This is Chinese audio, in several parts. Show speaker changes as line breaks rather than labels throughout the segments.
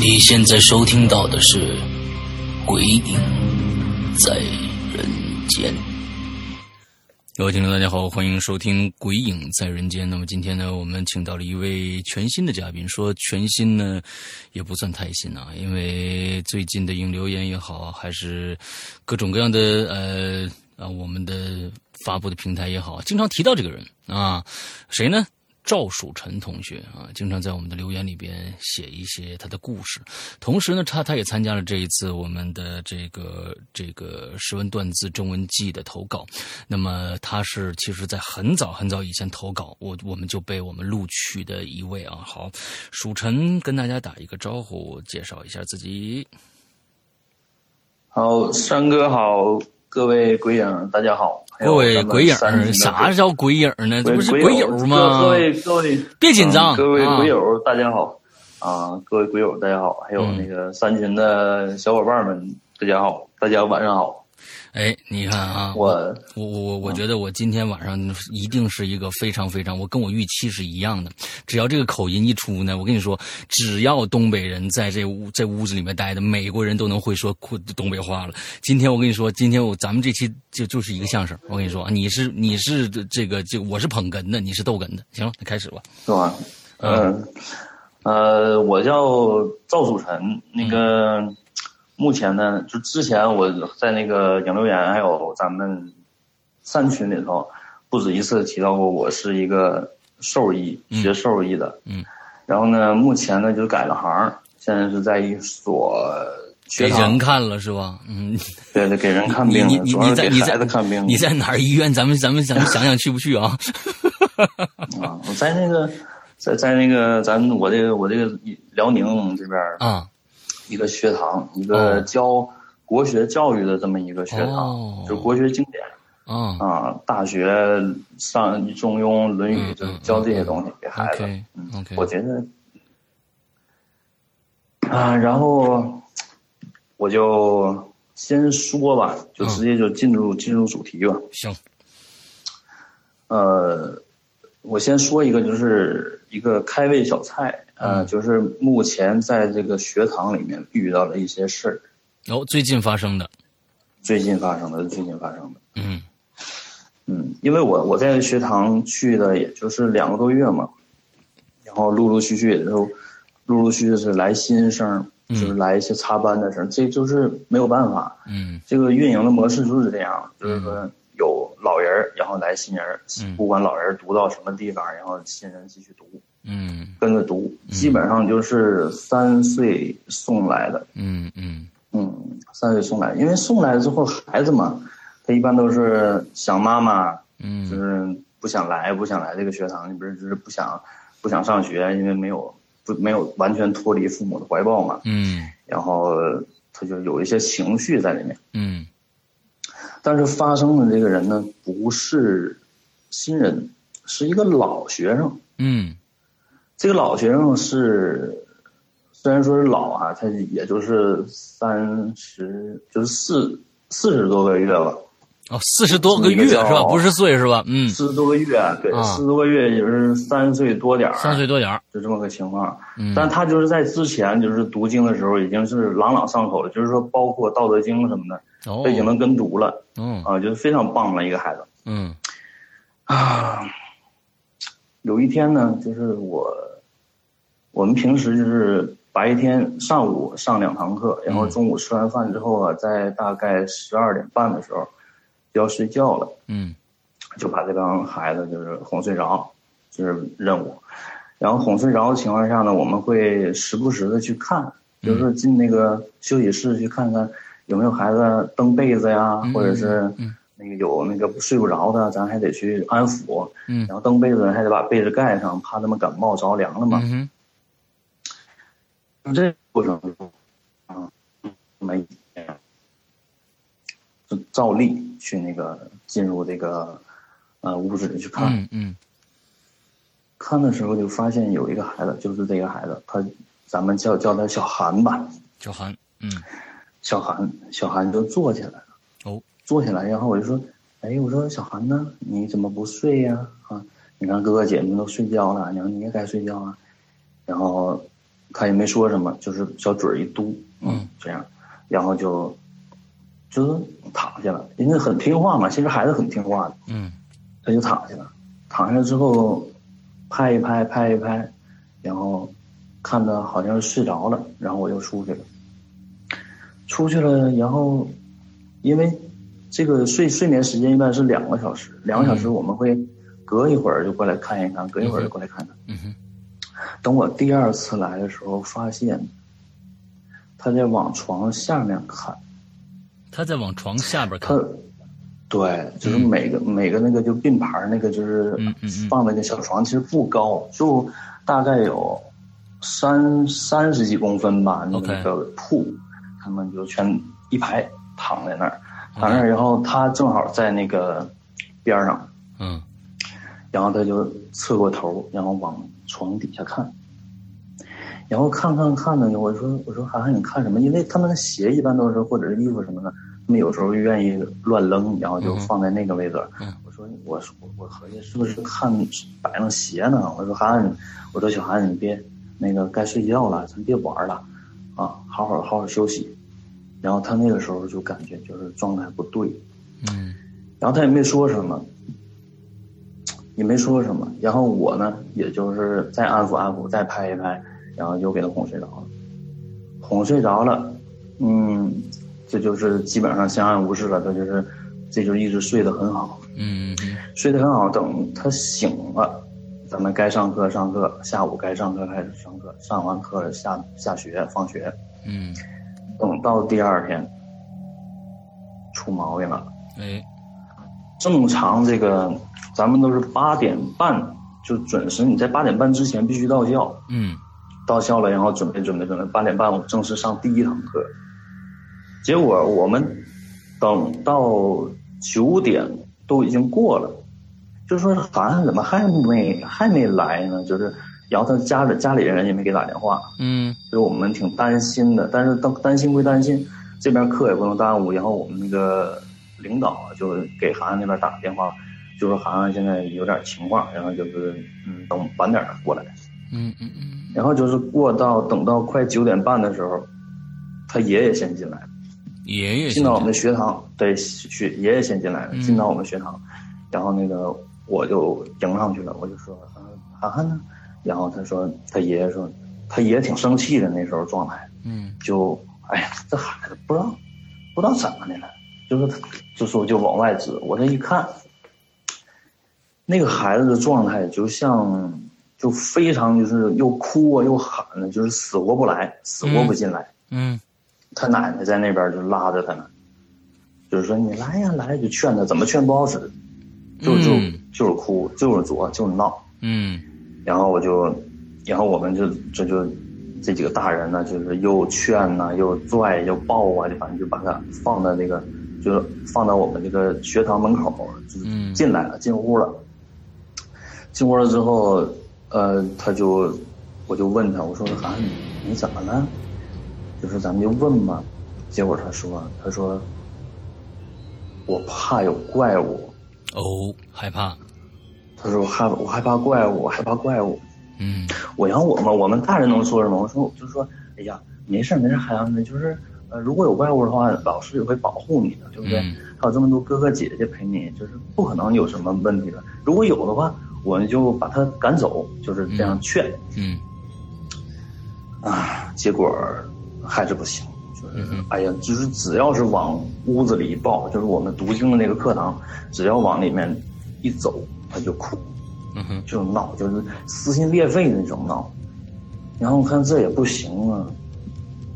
你现在收听到的是《鬼影在人间》。各位听众，大家好，欢迎收听《鬼影在人间》。那么今天呢，我们请到了一位全新的嘉宾。说全新呢，也不算太新啊，因为最近的影留言也好，还是各种各样的呃啊，我们的发布的平台也好，经常提到这个人啊，谁呢？赵曙晨同学啊，经常在我们的留言里边写一些他的故事。同时呢，他他也参加了这一次我们的这个这个诗文段字征文季的投稿。那么他是其实在很早很早以前投稿，我我们就被我们录取的一位啊。好，曙晨跟大家打一个招呼，介绍一下自己。
好，山哥好，各位鬼影大家好，还有
各位
咱们
鬼影
三
儿，
群的
啥叫鬼影儿呢？这
鬼
不是
鬼
友吗？
各位各位，
别紧张
嗯各位
啊
鬼友大家好啊，各位鬼友大家好，还有
嗯
那个三群的小伙伴们大家好，大家晚上好，
哎，你看啊，
我
我我我
嗯
我觉得我今天晚上一定是一个非常非常，我跟我预期是一样的。只要这个口音一出呢，我跟你说，只要东北人在这屋在屋子里面待的，美国人都能会说库东北话了。今天我跟你说，今天我咱们这期就就是一个相声。我跟你说，啊，你是你是这个这个我是捧哏的，你是逗哏的。行了，那开始吧。
是吧？嗯，呃，我叫赵祖晨，那个
嗯
目前呢，就之前我在那个影留言还有咱们三群里头，不止一次提到过，我是一个兽医，学兽医的，
嗯，
然后呢，目前呢就改了行儿，现在是在一所
给
学
人
堂，
看了是吧？嗯，
对对，给人看
你
病
你
的，
你
主
你
要是
在
给
你
孩
在
子看病的，
你在哪儿医院？咱们咱们咱们想想去不去啊？
啊，我在那个在在那个咱们我这个我这个辽宁这边儿
啊，
一个学堂，一个教国学教育的这么一个学堂，
哦
就国学经典
啊
啊，大学上《中庸》《论语》
嗯
就是教这些东西给孩子。
，OK
嗯
OK，
我觉得啊，然后我就先说吧，就直接就进入、进入主题吧。
行，
呃，我先说一个，就是一个开胃小菜，呃，
嗯
就是目前在这个学堂里面遇到了一些事儿，
哦，最近发生的，
最近发生的，最近发生的。
嗯
嗯，因为我我在学堂去的也就是两个多月嘛，然后陆陆续续也就陆陆续续是来新生，
嗯
就是来一些插班的生，这就是没有办法，
嗯
这个运营的模式就是这样，就是说有老人儿，然后来新人儿，
嗯
不管老人儿读到什么地方，然后新人继续读，
嗯
跟着读，基本上就是三岁送来的，
嗯嗯
嗯，三岁送来，因为送来之后孩子嘛，他一般都是想妈妈，就
嗯
是不想来，不想来这个学堂，不是就是不想不想上学，因为没有不没有完全脱离父母的怀抱嘛，
嗯
然后他就有一些情绪在里面。
嗯
但是发生的这个人呢，不是新人，是一个老学生。
嗯
这个老学生是，虽然说是老啊，他也就是三十，就是四四十多个月吧，
哦，四十多个月啊是吧？不是岁是吧？嗯，
四十多个月，对，
啊
四十多个月也就是三岁多点儿，
三岁多点儿，
就这么个情况。
嗯
但他就是在之前就是读经的时候已经是朗朗上口了，就是说包括《道德经》什么的，
哦
他已经能跟读了
嗯
啊，就是非常棒的一个孩子。
嗯
啊，有一天呢，就是我，我们平时就是白天上午上两堂课，然后中午吃完饭之后啊，在大概十二点半的时候就要睡觉了，
嗯
就把这帮孩子就是哄睡着，就是任务。然后哄睡着的情况下呢，我们会时不时的去看，比如
嗯
说进那个休息室去看看有没有孩子蹬被子呀，
嗯
或者是
嗯
那个有那个睡不着的，咱还得去安抚。
嗯
然后蹬被子还得把被子盖上，怕他们感冒着凉了嘛。
嗯哼嗯
那这个过程中，啊，没就照例去那个进入这个呃屋子里去看。
嗯嗯
看的时候就发现有一个孩子，就是这个孩子，他咱们叫叫他小韩吧，
小韩，嗯
小韩，小韩就坐起来了。
哦，
坐起来，然后我就说，哎，我说小韩呢？你怎么不睡呀、啊？你看哥哥姐姐们都睡觉了，然后你也该睡觉啊。然后他也没说什么，就是小嘴儿一嘟，
嗯，
这样，然后就就是躺下了，因为很听话嘛，其实孩子很听话的。
嗯
他就躺下了，躺下了之后，拍一拍，拍一拍，然后看他好像是睡着了，然后我又出去了，出去了，然后因为这个睡睡眠时间一般是两个小时，两个小时
嗯
我们会隔一会儿就过来看一看，隔一会儿就过来看看。
嗯哼
等我第二次来的时候，发现他在往床下面看，
他在往床下边看
他，对，就是每个、每个那个就并排儿那个就是
嗯嗯嗯
放那个小床，其实不高，就大概有三三十几公分吧，那
OK
个铺他们就全一排躺在那儿，躺那儿，然后他正好在那个边儿上，
嗯
然后他就侧过头，然后往床底下看，然后看看看呢，我说我说涵涵你看什么？因为他们的鞋一般都是或者是衣服什么的，他们有时候愿意乱扔，然后就
嗯哼
放在那个位置。
嗯
我说我说我合计是不是看摆上鞋呢？我说涵涵，我说小涵你别那个该睡觉了，咱别玩了，啊，好好好好休息。然后他那个时候就感觉就是状态不对，
嗯
然后他也没说什么，也没说什么。然后我呢，也就是再安抚安抚，再拍一拍，然后又给他哄睡着了。哄睡着了，嗯，这就是基本上相安无事了。他就是，这就一直睡得很好，
嗯嗯
睡得很好。等他醒了，咱们该上课上课，下午该上课开始上课，上完课了下下学放学，
嗯，
等到第二天出毛病了。
哎，
正常这个咱们都是八点半就准时，你在八点半之前必须到校，
嗯
到校了然后准备准备准备，八点半我正式上第一堂课。结果我们等到九点都已经过了，就说涵涵怎么还没还没来呢？就是，然后他家里家里人也没给打电话，
嗯
所以我们挺担心的。但是担担心归担心，这边课也不能耽误。然后我们那个领导啊就给韩寒那边打电话，就说韩寒现在有点情况，然后就是嗯，等晚点儿过来。
嗯嗯嗯，
然后就是过到等到快九点半的时候，他爷爷先进来了，
爷爷
进到我们的学堂，对，学爷爷先进来了，
嗯
进到我们学堂，然后那个我就迎上去了，我就说嗯韩寒呢？然后他说他爷爷说他爷爷挺生气的那时候状态。
嗯
就哎呀，这孩子不知道不知道怎么的了，就是他就说就往外指。我这一看，那个孩子的状态就像就非常就是又哭啊又喊的，就是死活不来，死活不进来。
嗯
他奶奶在那边就拉着他呢，就是说你来呀来，就劝他，怎么劝不好使，就就
嗯
就是哭，就是作，就是闹。
嗯
然后我就，然后我们就这就这几个大人呢，就是又劝呐、又拽，又抱啊，就反正就把他放到那个，就是放到我们这个学堂门口，就是
嗯
进来了，进屋了。进屋了之后，呃，他就，我就问他，我说韩、你你怎么了？就是咱们就问嘛。结果他说，他说，我怕有怪物。
哦，害怕，
他说我害我害怕怪物，我害怕怪物。
嗯
我养我们，我们大人能说什么？我说我就说，哎呀，没事儿没事儿，孩子们，就是呃，如果有怪物的话，老师也会保护你的，对不对？
嗯
还有这么多哥哥姐姐陪你，就是不可能有什么问题的。如果有的话，我们就把他赶走，就是这样劝、
嗯
啊。结果还是不行，就是、
嗯嗯
哎呀，就是只要是往屋子里一抱，就是我们读经的那个课堂，只要往里面一走，他就哭。
嗯哼，
这种闹，就是撕心裂肺的那种闹。然后我看这也不行啊，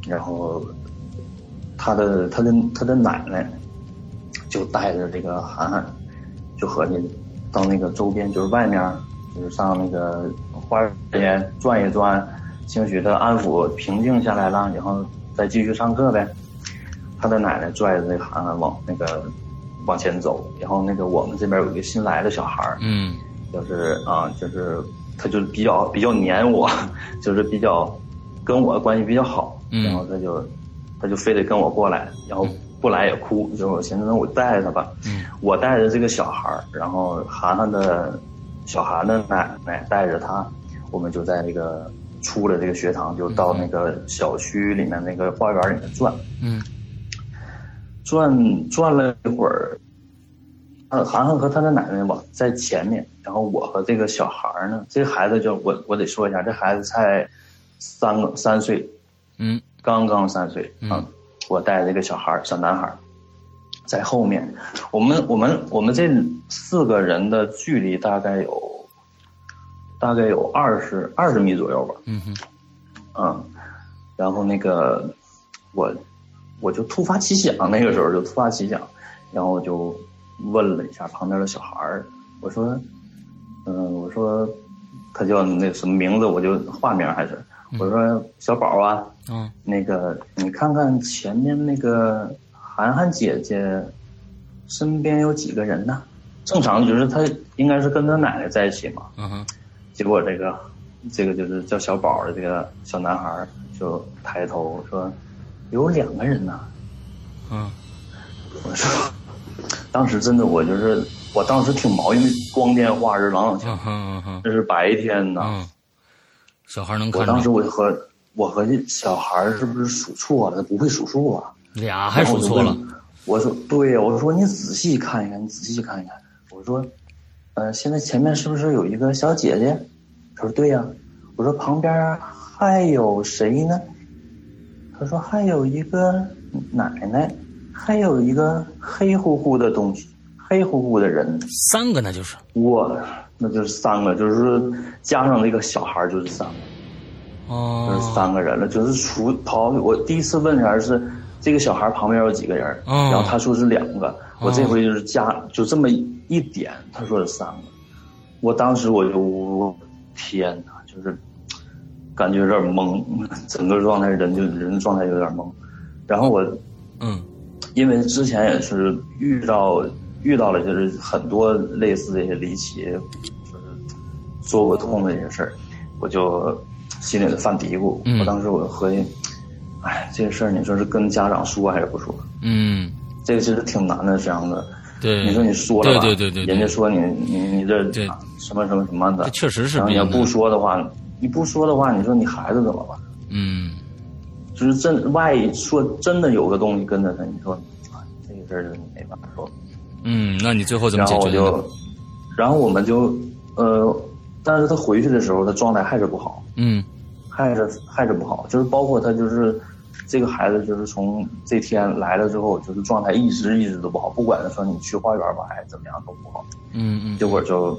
然后他的他的他的奶奶就带着这个涵涵，就合计到那个周边，就是外面，就是上那个花园转一转，兴许他安抚平静下来了，然后再继续上课呗。他的奶奶拽着那个涵涵往那个往前走，然后那个我们这边有一个新来的小孩儿，
嗯
就是啊，就是他就是比较比较黏我， 就是比较跟我关系比较好，
嗯
然后他就他就非得跟我过来，然后不来也哭，就是我寻思那我带着他吧，
嗯
我带着这个小孩儿，然后涵涵的小涵的奶奶带着他，我们就在那个出了这个学堂，就到那个小区里面那个花园里面转，
嗯
转转了一会儿，呃，涵涵和他的奶奶往在前面，然后我和这个小孩儿呢，这孩子就我我得说一下，这孩子才三个三岁，
嗯
刚刚三岁
嗯
啊、我带着这个小孩儿小男孩儿在后面，我们我们我们这四个人的距离大概有大概有二十二十米左右吧，
嗯哼
嗯，然后那个我我就突发奇想，那个时候就突发奇想，然后我就问了一下旁边的小孩儿，我说，嗯、我说他叫那什么名字，我就化名还是我说小宝啊，
啊
那个你看看前面那个涵涵姐姐身边有几个人呢？正常就是她应该是跟她奶奶在一起嘛，
嗯哼
结果这个这个就是叫小宝的这个小男孩儿就抬头说：“有两个人呢。
嗯”
我说，当时真的我就是，我当时挺毛，因为光天化日朗朗晴，
嗯哼嗯哼
这是白天呐。
嗯，小孩能
我
嗯看
当时
着
我就和我合计小孩儿是不是数错了？他不会数数啊？
俩还数错了，
我说对呀，我说你仔细看一看，你仔细看一看。我说，呃，现在前面是不是有一个小姐姐？他说对呀、我说旁边还有谁呢？他说还有一个奶奶，还有一个黑乎乎的东西，黑乎乎的人。
三个那就是
我那就是三个，就是说加上那个小孩儿就是三个。就
哦
是三个人了，就是除刨我第一次问啥是这个小孩旁边有几个人，
嗯
然后他说是两个，我这回就是加、就这么一点，他说是三个，我当时我就我天哪，就是感觉有点懵，整个状态人就人状态有点懵，然后我
嗯
因为之前也是遇到遇到了就是很多类似这些离奇，就是说不通的一些事儿，我就心里头犯嘀咕。
嗯
我当时我就合计，哎，这事儿你说是跟家长说还是不说？
嗯
这个其实挺难的，这样的。
对，
你说你说了
嗯
吧，
对对对对对
人家说你你你这啊
对
什么什么什么的
这，确实是
然后
比
你
较
要
难
不说的话，你不说的话，你说你孩子怎么办？
嗯
就是真万一说真的有个东西跟着他，你说啊这个事儿就没法说。
嗯，那你最后怎么
然
解
后我
决的呢？
就，然后我们就，呃，但是他回去的时候，他状态还是不好，
嗯
还是还是不好，就是包括他就是这个孩子，就是从这天来了之后，就是状态一直一直都不好，不管是说你去花园吧，还是怎么样都不好。
嗯嗯，
结果就，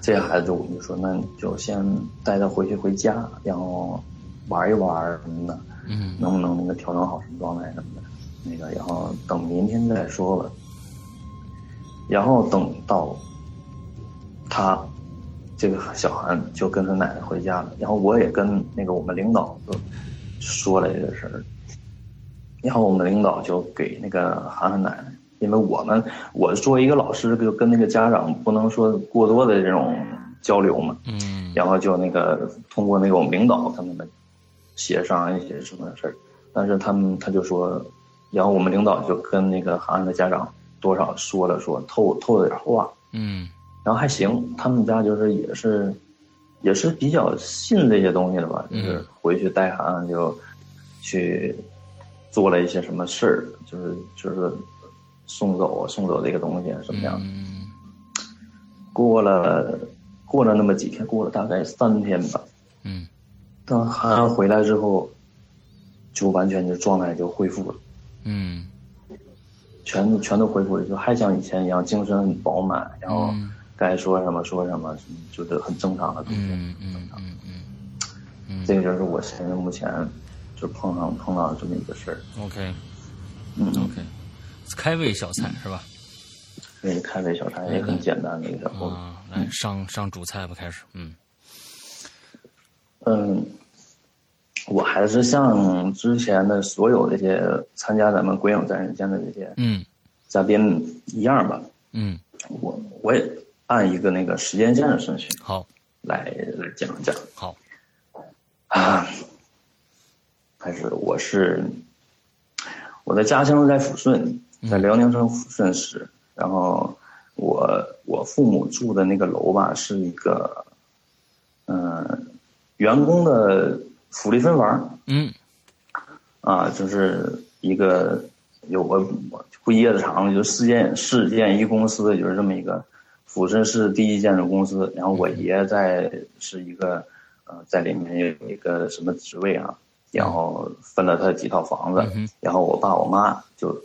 这个孩子就我们就说，那你就先带他回去回家，然后玩一玩什么的，
嗯
能不能那个调整好什么状态什么的，那个然后等明天再说吧。然后等到他这个小韩就跟他奶奶回家了，然后我也跟那个我们领导就说了这个事儿，然后我们领导就给那个涵涵奶奶，因为我们我作为一个老师，就跟那个家长不能说过多的这种交流嘛，
嗯
然后就那个通过那个我们领导跟他们协商一些什么事儿，但是他们他就说，然后我们领导就跟那个韩寒的家长多少说了说透透了点话，
嗯
然后还行，他们家就是也是也是比较信这些东西的吧，就
嗯
是回去带韩寒就去做了一些什么事儿，就是就是送走送走这个东西什么样的。
嗯
过了过了那么几天，过了大概三天吧。
嗯
当韩寒回来之后，就完全就状态就恢复了，
嗯，
全全都恢复了，就还像以前一样，精神很饱满，然后
嗯
该说什么说什么，就是很正常的东西。
嗯嗯嗯嗯嗯，
这个就是我现在目前就碰上碰到的这么一个事儿。
OK
嗯，
OK，开胃小菜是吧？
那个开胃小菜也很简单的一个小工作。
啊，来上上主菜吧，开始。嗯
嗯，我还是像之前的所有这些参加咱们《鬼影在人间》的这些
嗯
嘉宾一样吧，
嗯，
我我也按一个那个时间线的顺序
好
来来讲一讲
好，
啊。开始，我是我的家乡是在抚顺，在辽宁省抚顺市。然后我我父母住的那个楼吧，是一个嗯、呃员工的福利分房
嗯
啊，就是一个有个我不掖的长，就是四建市建一公司，就是这么一个抚顺市第一建筑公司。然后我
嗯
爷在是一个呃，在里面有一个什么职位啊，然后分了他几套房子，
嗯嗯哼
然后我爸我妈就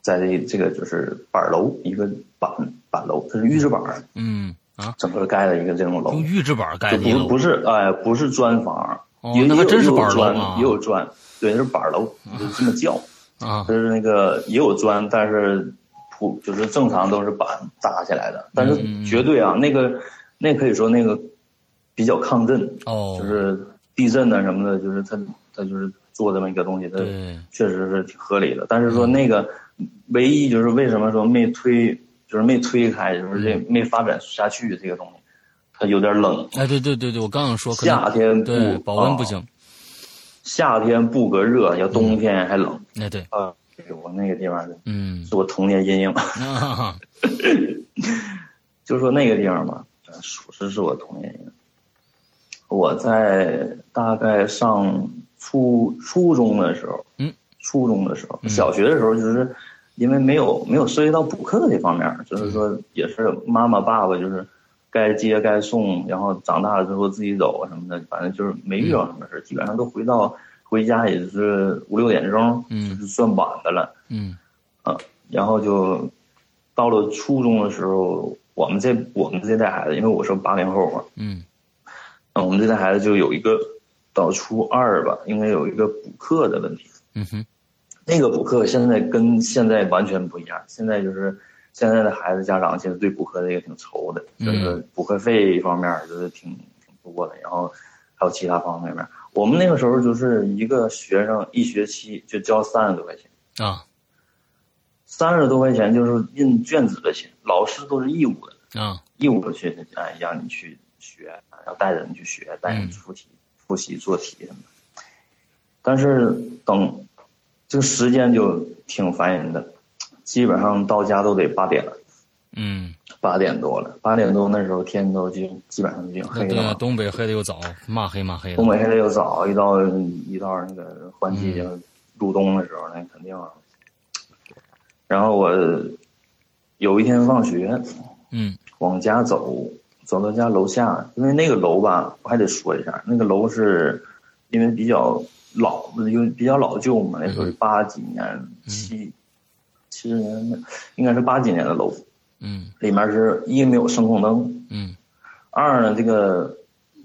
在这这个就是板楼一个板板楼，它是预制板儿
嗯啊，
整个盖的一个这种楼
用，预制板盖
就
的一
不
楼
不是哎、不是砖房，
哦
也
那还
也有
真是
也有
板楼
砖
啊
也有砖，对，它是板楼，就这么叫。
啊
就是那个也有砖，但是普就是正常都是板搭起来的，但
嗯
是绝对啊，那个那可以说那个比较抗震，
哦，
就是地震呐什么的，就是它它就是做这么一个东西，它
对嗯
确实是挺合理的。但是说那个唯一就是为什么说没推，就是没推开，就是
嗯
这没发展下去这个东西，它有点冷，
哎对对对对，我刚想说可能
夏天不
对保温不
啊
行，
夏天不隔热，要冬天还冷
哎对
啊。我那个地方是
嗯
我童年阴影。
啊
就说那个地方吧，呃属实是我童年阴影。我在大概上初初中的时候，
嗯，
初中的时候，小学的时候，就是因为没有没有涉及到补课这方面，
嗯
就是说也是妈妈爸爸就是该接该送，然后长大了之后自己走啊什么的，反正就是没
嗯
遇到什么事儿，基本上都回到回家也是五六点钟，
嗯
就是算晚的了。
嗯
啊，然后就到了初中的时候，我们这我们这代孩子，因为我是八零后嘛，
嗯
嗯，我们这代孩子就有一个到初二吧，应该有一个补课的问题。
嗯哼
那个补课现在跟现在完全不一样，现在就是现在的孩子家长其实对补课这个挺愁的，就是补课费方面就是挺挺多的，然后还有其他方面面。我们那个时候就是一个学生一学期就交三十多块钱。
啊
三十多块钱就是印卷子的钱，老师都是义务的，
啊
义务的去哎让你去学，然后带着你去学，带着你出题、复习、做题什么的。但是等这个时间就挺烦人的，基本上到家都得八点了，
嗯
八点多了，八点多那时候天都就基本上就已经
那
黑
对啊
了嘛。
东北黑的又早，骂黑骂黑的
东北黑的又早，一到一到那个换季就入冬的时候，那肯定啊。然后我有一天放学，
嗯
往家走，走到家楼下，因为那个楼吧，我还得说一下，那个楼是因为比较老，因为比较老旧
嗯
嘛，那时候是八几年、七七十年代，应该是八几年的楼，
嗯
里面是一没有声控灯，
嗯
二呢这个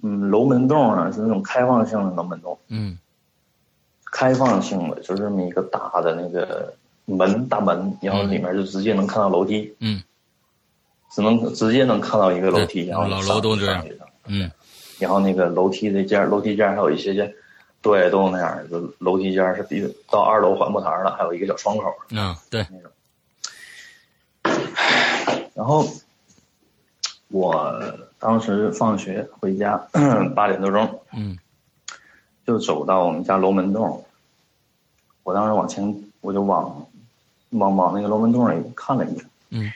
嗯楼门洞啊是那种开放性的楼门洞，
嗯
开放性的就是这么一个大的那个门大门，然后里面就直接能看到楼梯。
嗯
只能直接能看到一个楼梯，
对
然后
老
上
楼都这样
上去的
嗯
然后那个楼梯的间儿，楼梯间儿还有一些些，对，都那样，就楼梯间儿是比到二楼缓步台了，还有一个小窗口。
啊对
然后我当时放学回家八点多钟，
嗯
就走到我们家楼门洞。我当时往前，我就往往往那个楼门洞里看了一眼，
嗯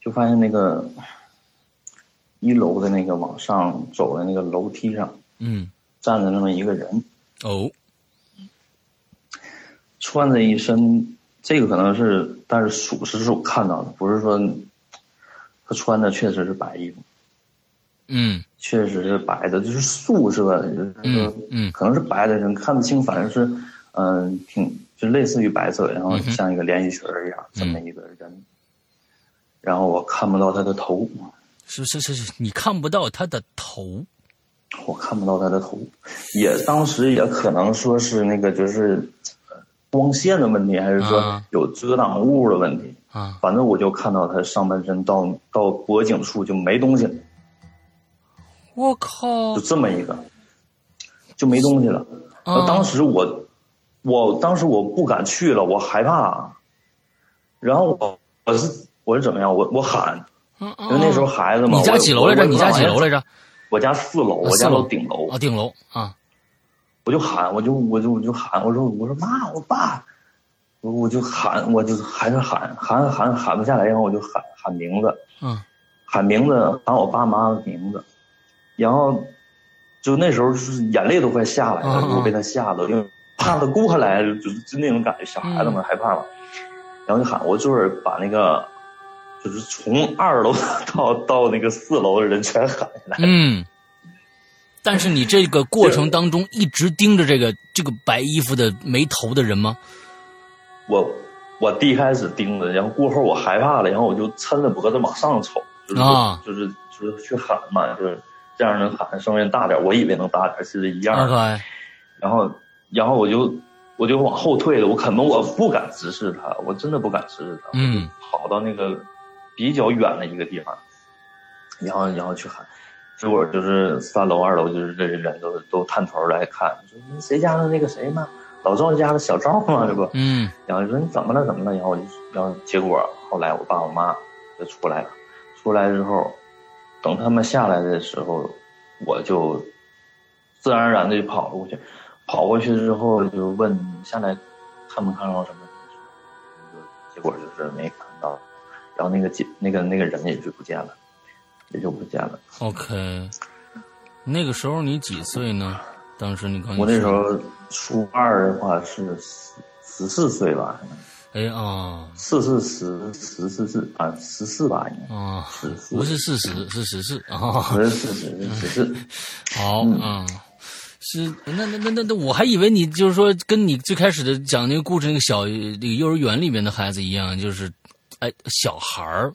就发现那个一楼的那个往上走的那个楼梯上
嗯
站着那么一个人。
哦
穿着一身，这个可能是，但是属实是我看到的，不是说他穿的确实是白衣服，
嗯
确实是白的，就是素是吧？就是说
嗯嗯
可能是白的人看不清，反正是嗯、挺就类似于白色，然后
嗯哼
像一个连衣裙儿一样，这么
嗯
一个人。然后我看不到他的头，
是是是是，你看不到他的头，
我看不到他的头，也当时也可能说是那个就是呃光线的问题，还是说
啊
有遮挡物的问题。
啊，
反正我就看到他上半身到到脖颈处就没东西了，
我靠
就，这么一个，就没东西了。然后
啊
当时我，我当时我不敢去了，我害怕。然后我我是我是怎么样？我我喊，
嗯
因
嗯，
为那时候孩子嘛。
你家
我
几楼来着？
我
你家几楼来着？哦
我家四楼，我
四
家
楼
楼顶楼
啊，，顶楼啊，
我就喊，我就我就我就喊，我说我说妈，我爸，我我就喊，我就还是喊喊喊喊不下来，然后我就喊喊名字，
嗯
喊名字，喊我爸妈的名字，然后就那时候就是眼泪都快下来了，
嗯嗯
我被他吓得，因为怕他哭下来，就是就那种感觉，小孩
嗯
子嘛害怕嘛，然后就喊我就是把那个就是从二楼 到到那个四楼的人全喊下来，
嗯。但是你这个过程当中一直盯着这个这个白衣服的没头的人吗？
我我第一开始盯着，然后过后我害怕了，然后我就抻着脖子往上瞅，就是、
啊
就是就是去喊嘛，就是这样能喊声音大点，我以为能大点，其实一样。
，OK，
然后然后我就我就往后退了，我可能我不敢直视他，我真的不敢直视他，
嗯
跑到那个比较远的一个地方，然后然后去喊。结果就是三楼、二楼，就是这些人都都探头来看，说谁家的那个谁嘛，老赵家的小赵嘛，这不，
嗯
然后就说你怎么了怎么了，然后我就然后结果后来我爸我妈就出来了，出来之后，等他们下来的时候，我就自然而然的就跑了过去，跑过去之后就问你下来看没看到什么，结果就是没看到，然后那个姐那个那个人也就不见了，也就不见了。
，OK。那个时候你几岁呢？当时你刚
我那时
说
候初二的话是十十四岁吧，
哎啊
四四十十四四啊十四吧应该。
啊，
十四
不是事实，是实事啊。
嗯不是事实，只是
好，嗯，是那那那那那，我还以为你就是说跟你最开始的讲那个故事那个小那个幼儿园里面的孩子一样，就是，哎，小孩儿，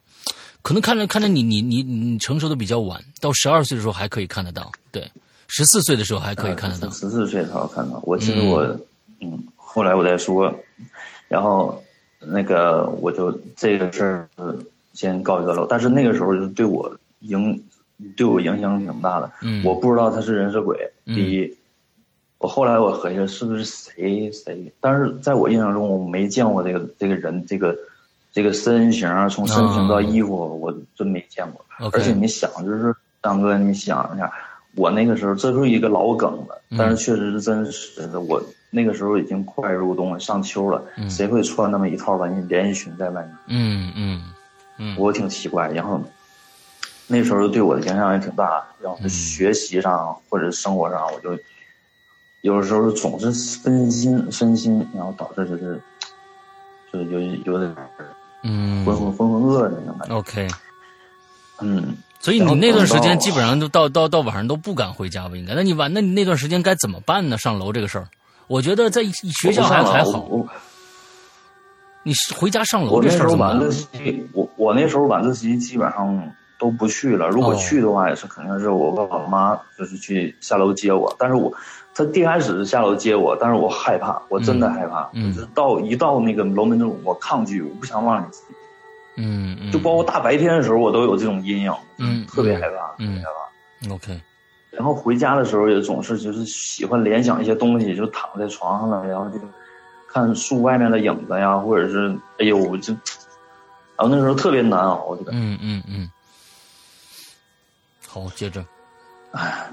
可能看着看着你你你你成熟的比较晚，到十二岁的时候还可以看得到，对，十四岁的时候 还可
嗯
以看得到，
十四岁才好看到。我其实我，嗯，后来我再说，然后那个我就这个事儿呃先告一段落。但是那个时候就对我影对我影响挺大的。
嗯，
我不知道他是人是鬼。
嗯
第一，我后来我合计是不是谁谁，但是在我印象中我没见过这个这个人这个这个身形啊，从身形到衣服、我真没见过。
OK
而且你想，就是张哥，你想一下，我那个时候这是一个老梗了，
嗯
但是确实是真实的。我那个时候已经快入冬了，上秋了，
嗯
谁会穿那么一套连衣连衣裙在外面？
嗯嗯嗯
我挺奇怪。然后那时候对我的影响也挺大，然
嗯
后学习上或者生活上，我就有时候总是分心分心，然后导致就是就是有有点
嗯
浑浑浑浑噩的那种感觉。
，OK，
嗯，
所以你那段时间基本上都到到到晚上都不敢回家吧？应该？那你晚那你那段时间该怎么办呢？上楼这个事儿，我觉得在学校还
我不上
还
了
好，
我我
你回家上楼
我
这
那
事
时
儿
候
怎么
晚
办
自？习，我我那时候晚自习基本上都不去了。如果
哦
去的话，也是肯定是我爸我妈就是去下楼接我。但是我他第一开始是下楼接我，但是我害怕，我真的害怕。
嗯嗯
就是到一到那个楼门这种，我抗拒，我不想往里进。
嗯嗯，
就包括大白天的时候，我都有这种阴影，
嗯
特别害怕，
嗯
特别害怕。
OK，
然后回家的时候也总是就是喜欢联想一些东西，就躺在床上了，然后就看树外面的影子呀，或者是哎呦我这，然后那时候特别难熬，这个。
嗯嗯嗯，好，接着，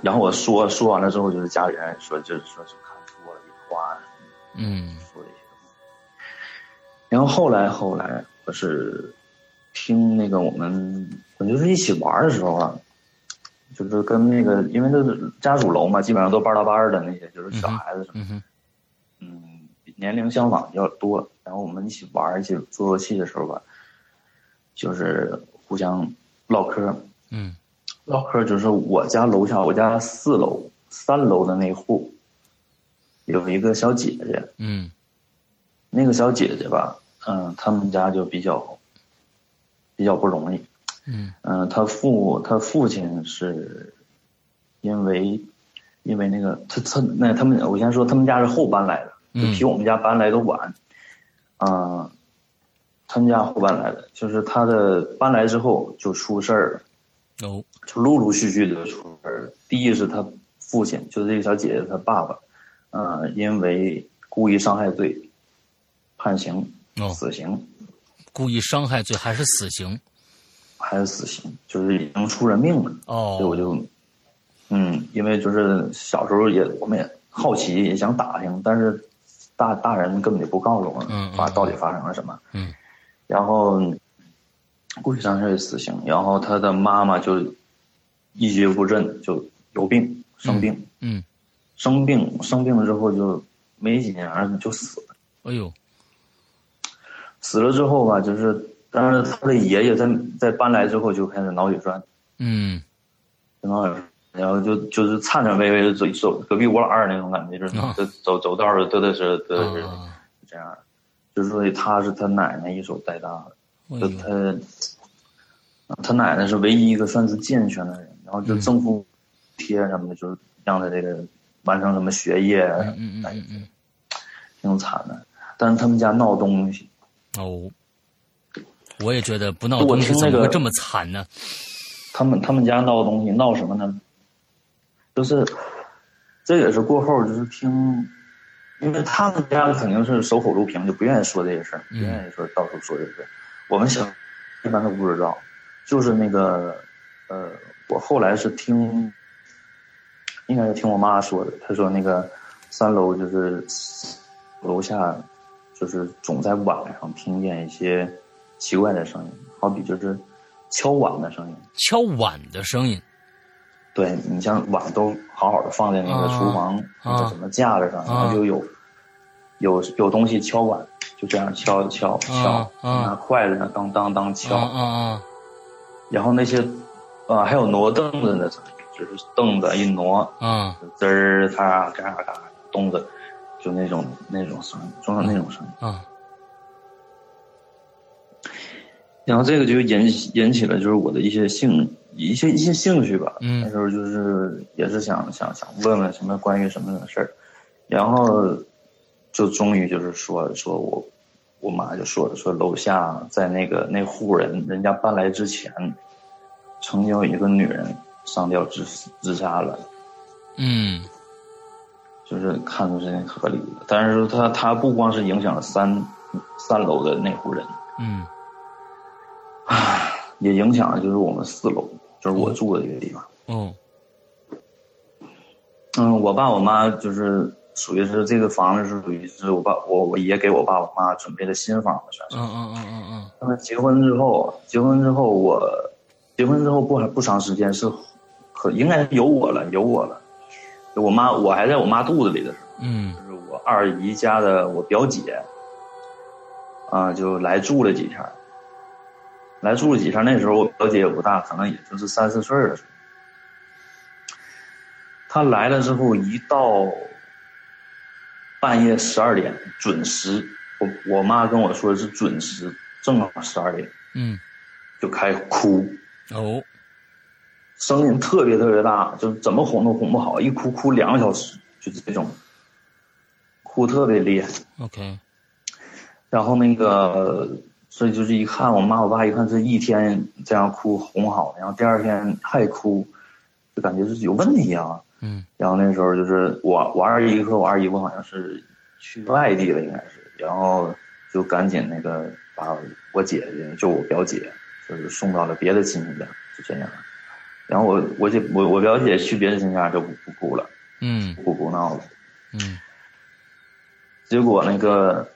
然后我说说完了之后，就是家里人说就是说是看错了一花啊什么
嗯
的说的一些东西。然后后来后来我是听那个我们我就是一起玩的时候啊，就是跟那个因为那是家属楼嘛，基本上都班搭班儿的那些就是小孩子什么的。
嗯哼，
嗯，年龄相仿比较多，然后我们一起玩儿一起做游戏的时候吧，就是互相唠嗑儿，
嗯
唠嗑儿就是我家楼下，我家四楼三楼的那户有一个小姐姐，
嗯
那个小姐姐吧，嗯，他们家就比较比较不容易，
嗯
嗯、呃他父他父亲是因为因为那个他他那他们我先说他们家是后搬来的，就
嗯
比我们家搬来的晚，嗯、他们家后搬来的，就是他的搬来之后就出事儿了。
哦，
就陆陆续续的出事儿。第一是他父亲，就是这个小姐姐她爸爸，呃，因为故意伤害罪判刑，
哦
死刑
故意伤害罪还是死刑？
还是死刑，就是已经出人命了。所以我
哦，
就，嗯，因为就是小时候也我们也好奇，也想打听，但是大大人根本就不告诉我
嗯
们发
嗯
到底发生了什么。
嗯
然后故意伤害罪死刑，然后他的妈妈就一蹶不振，就有病生病。
嗯，
生病，生病了之后就没几年就死了。
哎呦，
死了之后吧，就是，但是他的爷爷在在搬来之后就开始脑血栓，
嗯
脑血栓，然后就就是颤颤巍巍的走走隔壁我老二那种感觉，就是
啊
走走走道儿都得是都得是
啊，
这样，就是所以他是他奶奶一手带大的，
哎
就
呦，
他他奶奶是唯一一个算是健全的人，然后就
嗯
政府贴什么的，就是让他这个完成什么学业啊，
嗯嗯嗯嗯嗯，
挺惨的。但是他们家闹东西，
哦，我也觉得不闹东西
我听那
怎
个
么会这么惨呢？
他们他们家闹东西闹什么呢？就是这也是过后就是听，因为他们家肯定是守口如瓶，就不愿意说这些事儿，不
嗯
愿意说到处说这些事儿。我们小一般都不知道，就是那个呃，我后来是听，应该是听我妈说的，她说那个三楼就是楼下就是总在晚上听见一些奇怪的声音，好比就是敲碗的声音。
敲碗的声音，
对你像碗都好好的放在那个厨房
啊
那个什么架子上，
啊
然后就有有有东西敲碗，就这样敲敲敲，
啊
拿筷子当当当
啊
敲，
啊啊，
然后那些啊还有挪凳子的声音，就是凳子一挪，
啊，
滋儿嚓嘎嘎咚子，就那种那种声音，总有那种声音。
啊，
然后这个就引起引起了就是我的一些兴一些一些兴趣吧。
嗯
那时候就是也是想想想问问什么关于什么的事儿，然后就终于就是说说我我妈就说说楼下在那个那户人人家搬来之前，曾经有一个女人上吊自自杀了。
嗯
就是看着是合理的，但是说他他不光是影响了三三楼的那户人，
嗯
也影响了就是我们四楼，就是我住的这个地方。
哦，
嗯，我爸我妈就是属于是这个房子是属于是我爸我我爷给我爸我妈准备的新房子，算是
嗯。嗯嗯嗯嗯，
他们结婚之后，结婚之后我结婚之后不不长时间是可应该是有我了，有我了。就我妈我还在我妈肚子里的时候。
嗯
就是我二姨家的我表姐，啊、就来住了几天儿，来住了几天儿。那时候我表姐也不大，可能也就是三四岁儿的时候。她来了之后，一到半夜十二点准时，我我妈跟我说是准时，正好十二点
嗯，
就开始哭，
哦，
声音特别特别大，就是怎么哄都哄不好，一哭哭两个小时，就这种，哭特别厉害。
OK，
然后那个，所以就是一看我妈我爸一看这一天这样哭哄好，然后第二天还哭，就感觉是有问题啊。
嗯
然后那时候就是我我二姨和我二姨夫好像是去外地了，应该是，然后就赶紧那个把我姐姐就我表姐就是送到了别的亲戚家，就这样。然后我我姐我我表姐去别的亲戚家就不不哭了，
嗯
不哭闹了。
嗯
结果那个，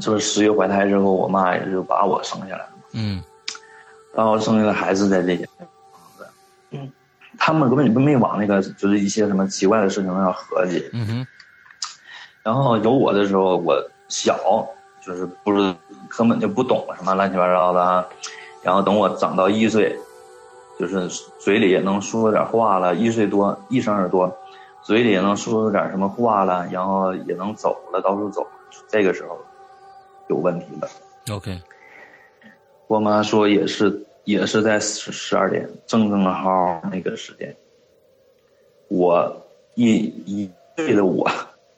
就是十月怀胎之后，我妈也就把我生下来了，
嗯
把我生下来还是在这些房子。嗯，他们根本就没往那个就是一些什么奇怪的事情上合计。
嗯哼，
然后有我的时候，我小就是不是根本就不懂什么乱七八糟的啊。然后等我长到一岁，就是嘴里也能说点话了，一岁多一生耳朵，嘴里也能说出点什么话了，然后也能走了，到处走。这个时候有问题了。
，OK，
我妈说也是，也是在十十二点，正正好那个时间。我一一岁的我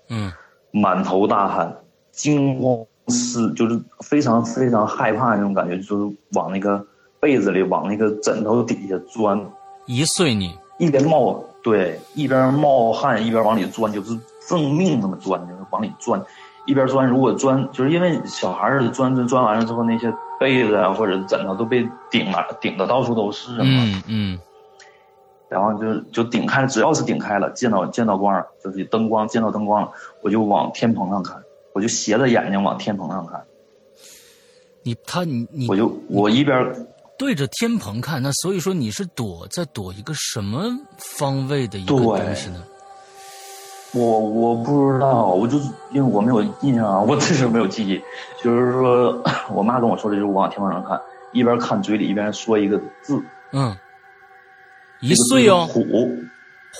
嗯
满头大汗，惊慌失，就是非常非常害怕那种感觉，就是往那个被子里，往那个枕头底下钻，
一岁你
一边冒对，一边冒汗，一边往里钻，就是挣命那么钻，就是往里钻，一边钻。如果钻，就是因为小孩儿钻钻钻完了之后，那些被子啊或者枕头都被顶满，顶的到处都是嘛。
嗯嗯
然后就就顶开，只要是顶开了，见到见到光了，就是灯光见到灯光了，我就往天棚上看，我就斜着眼睛往天棚上看，
你他你你
我就我一边
对着天棚看，那所以说你是躲在躲一个什么方位的一个
对
东西呢？
我我不知道，我就是因为我没有印象啊，我 真是没有记忆。就是说，我妈跟我说的，就是我往天棚上看，一边看嘴里一边说一个字，
嗯，
一
一岁哦，
虎，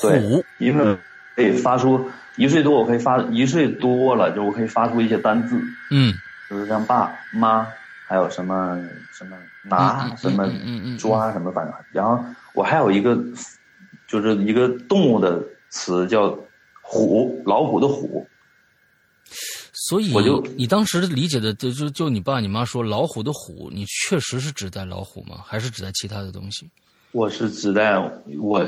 对
虎，
因为可以发出一岁多，我可以发一岁多了，就我可以发出一些单字，
嗯，
就是像爸妈，还有什么什么拿
嗯嗯
什么
嗯嗯嗯
抓什么，反正。然后我还有一个，就是一个动物的词叫虎，老虎的虎。
所以
我就
你当时理解的就就就你爸你妈说老虎的虎，你确实是指代老虎吗？还是指代其他的东西？
我是指代我，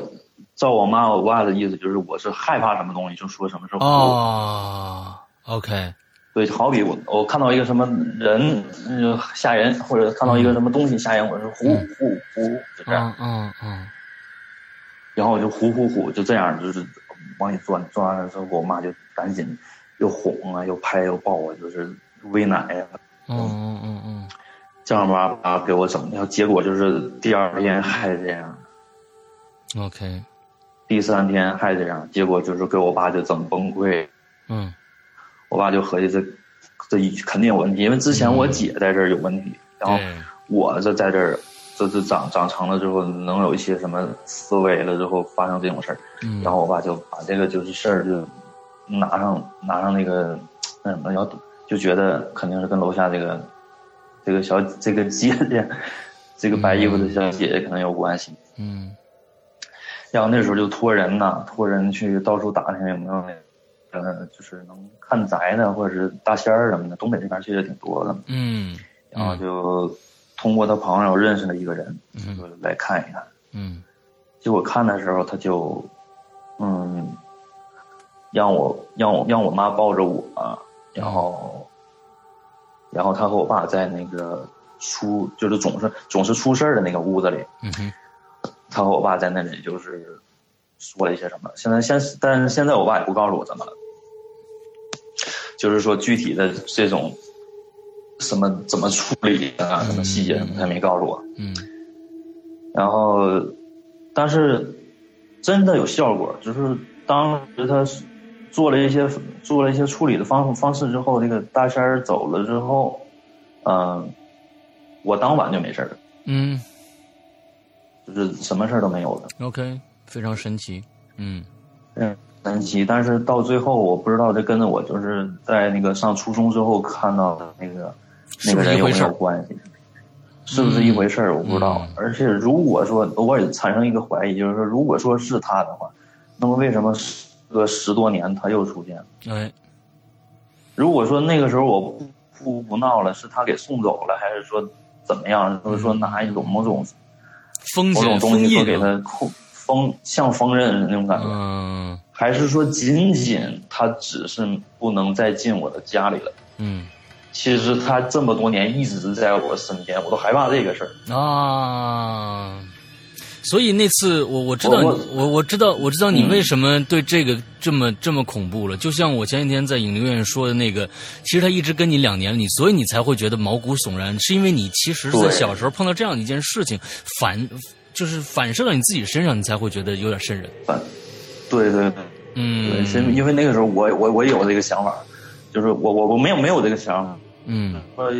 照我妈我爸的意思就是我是害怕什么东西就说什么是虎。
哦，OK，
对，好比我我看到一个什么人呃吓人，或者看到一个什么东西吓人，我是虎虎虎就这样，
嗯嗯嗯，
然后我就虎虎虎就这样就是往里钻，钻完了之后我妈就赶紧又哄啊，又拍又抱啊，就是喂奶啊呀、
嗯嗯嗯嗯，
这样吧吧给我整，然后结果就是第二天还这样，
嗯，OK，
第三天还这样，结果就是给我爸就整崩溃。
嗯
我爸就合计这这一肯定有问题，因为之前我姐在这儿有问题，然后
对，
我这在这儿这这长长成了之后，能有一些什么思维了之后发生这种事儿，
嗯，
然后我爸就把这个就是事儿就拿上拿上那个那什么要就觉得肯定是跟楼下这个这个小这个姐姐这个白衣服的小姐姐可能有关系，
嗯
然后那时候就托人呐、托人去到处打听有没有那个，呃，就是能看宅的或者是大仙儿什么的，东北这边其实也挺多的。
嗯
然后就通过他朋友认识了一个人，就
嗯
来看一看。
嗯
结果看的时候，他就，嗯，让我让我让我妈抱着我，然后，然后他和我爸在那个出就是总是总是出事儿的那个屋子里，
嗯哼，
他和我爸在那里就是说了一些什么。现在现但是现在我爸也不告诉我怎么了，就是说具体的这种什么怎么处理啊，什么细节什么，他没告诉我。
嗯
然后，但是真的有效果，只是当时他做了一些做了一些处理的方方式之后，那个大仙儿走了之后，嗯、我当晚就没事儿了，
嗯
就是什么事儿都没有了。
，OK，非常神奇，嗯
嗯，神奇。但是到最后，我不知道这跟着我就是在那个上初中之后看到的那个
是
那
不
个
是
人
一
有
回
没
事儿
有关系，是不是一回事儿，我不知道。
嗯
而且如果说我也产生一个怀疑，就是说，如果说是他的话，那么为什么时隔十多年他又出现了？
哎，
如果说那个时候我不不不闹了，是他给送走了，还是说怎么样？就是说拿一种某种
封
某种
印
东
封
西说
印
给
啊，
他控封像封刃那种感觉？
嗯
还是说仅仅他只是不能再进我的家里了？
嗯
其实他这么多年一直在我身边，我都害怕这个事儿。
啊。所以那次我我知道
我嗯
我我知道我知道你为什么对这个这么、这么恐怖了，就像我前几天在影留院说的那个，其实他一直跟你两年了，你所以你才会觉得毛骨悚然，是因为你其实在
对
小时候碰到这样一件事情，反就是反射到你自己身上，你才会觉得有点瘆人。
反对对对对，
嗯，
是因为那个时候我我我有这个想法，就是我我我没有没有这个想法，
嗯
呃，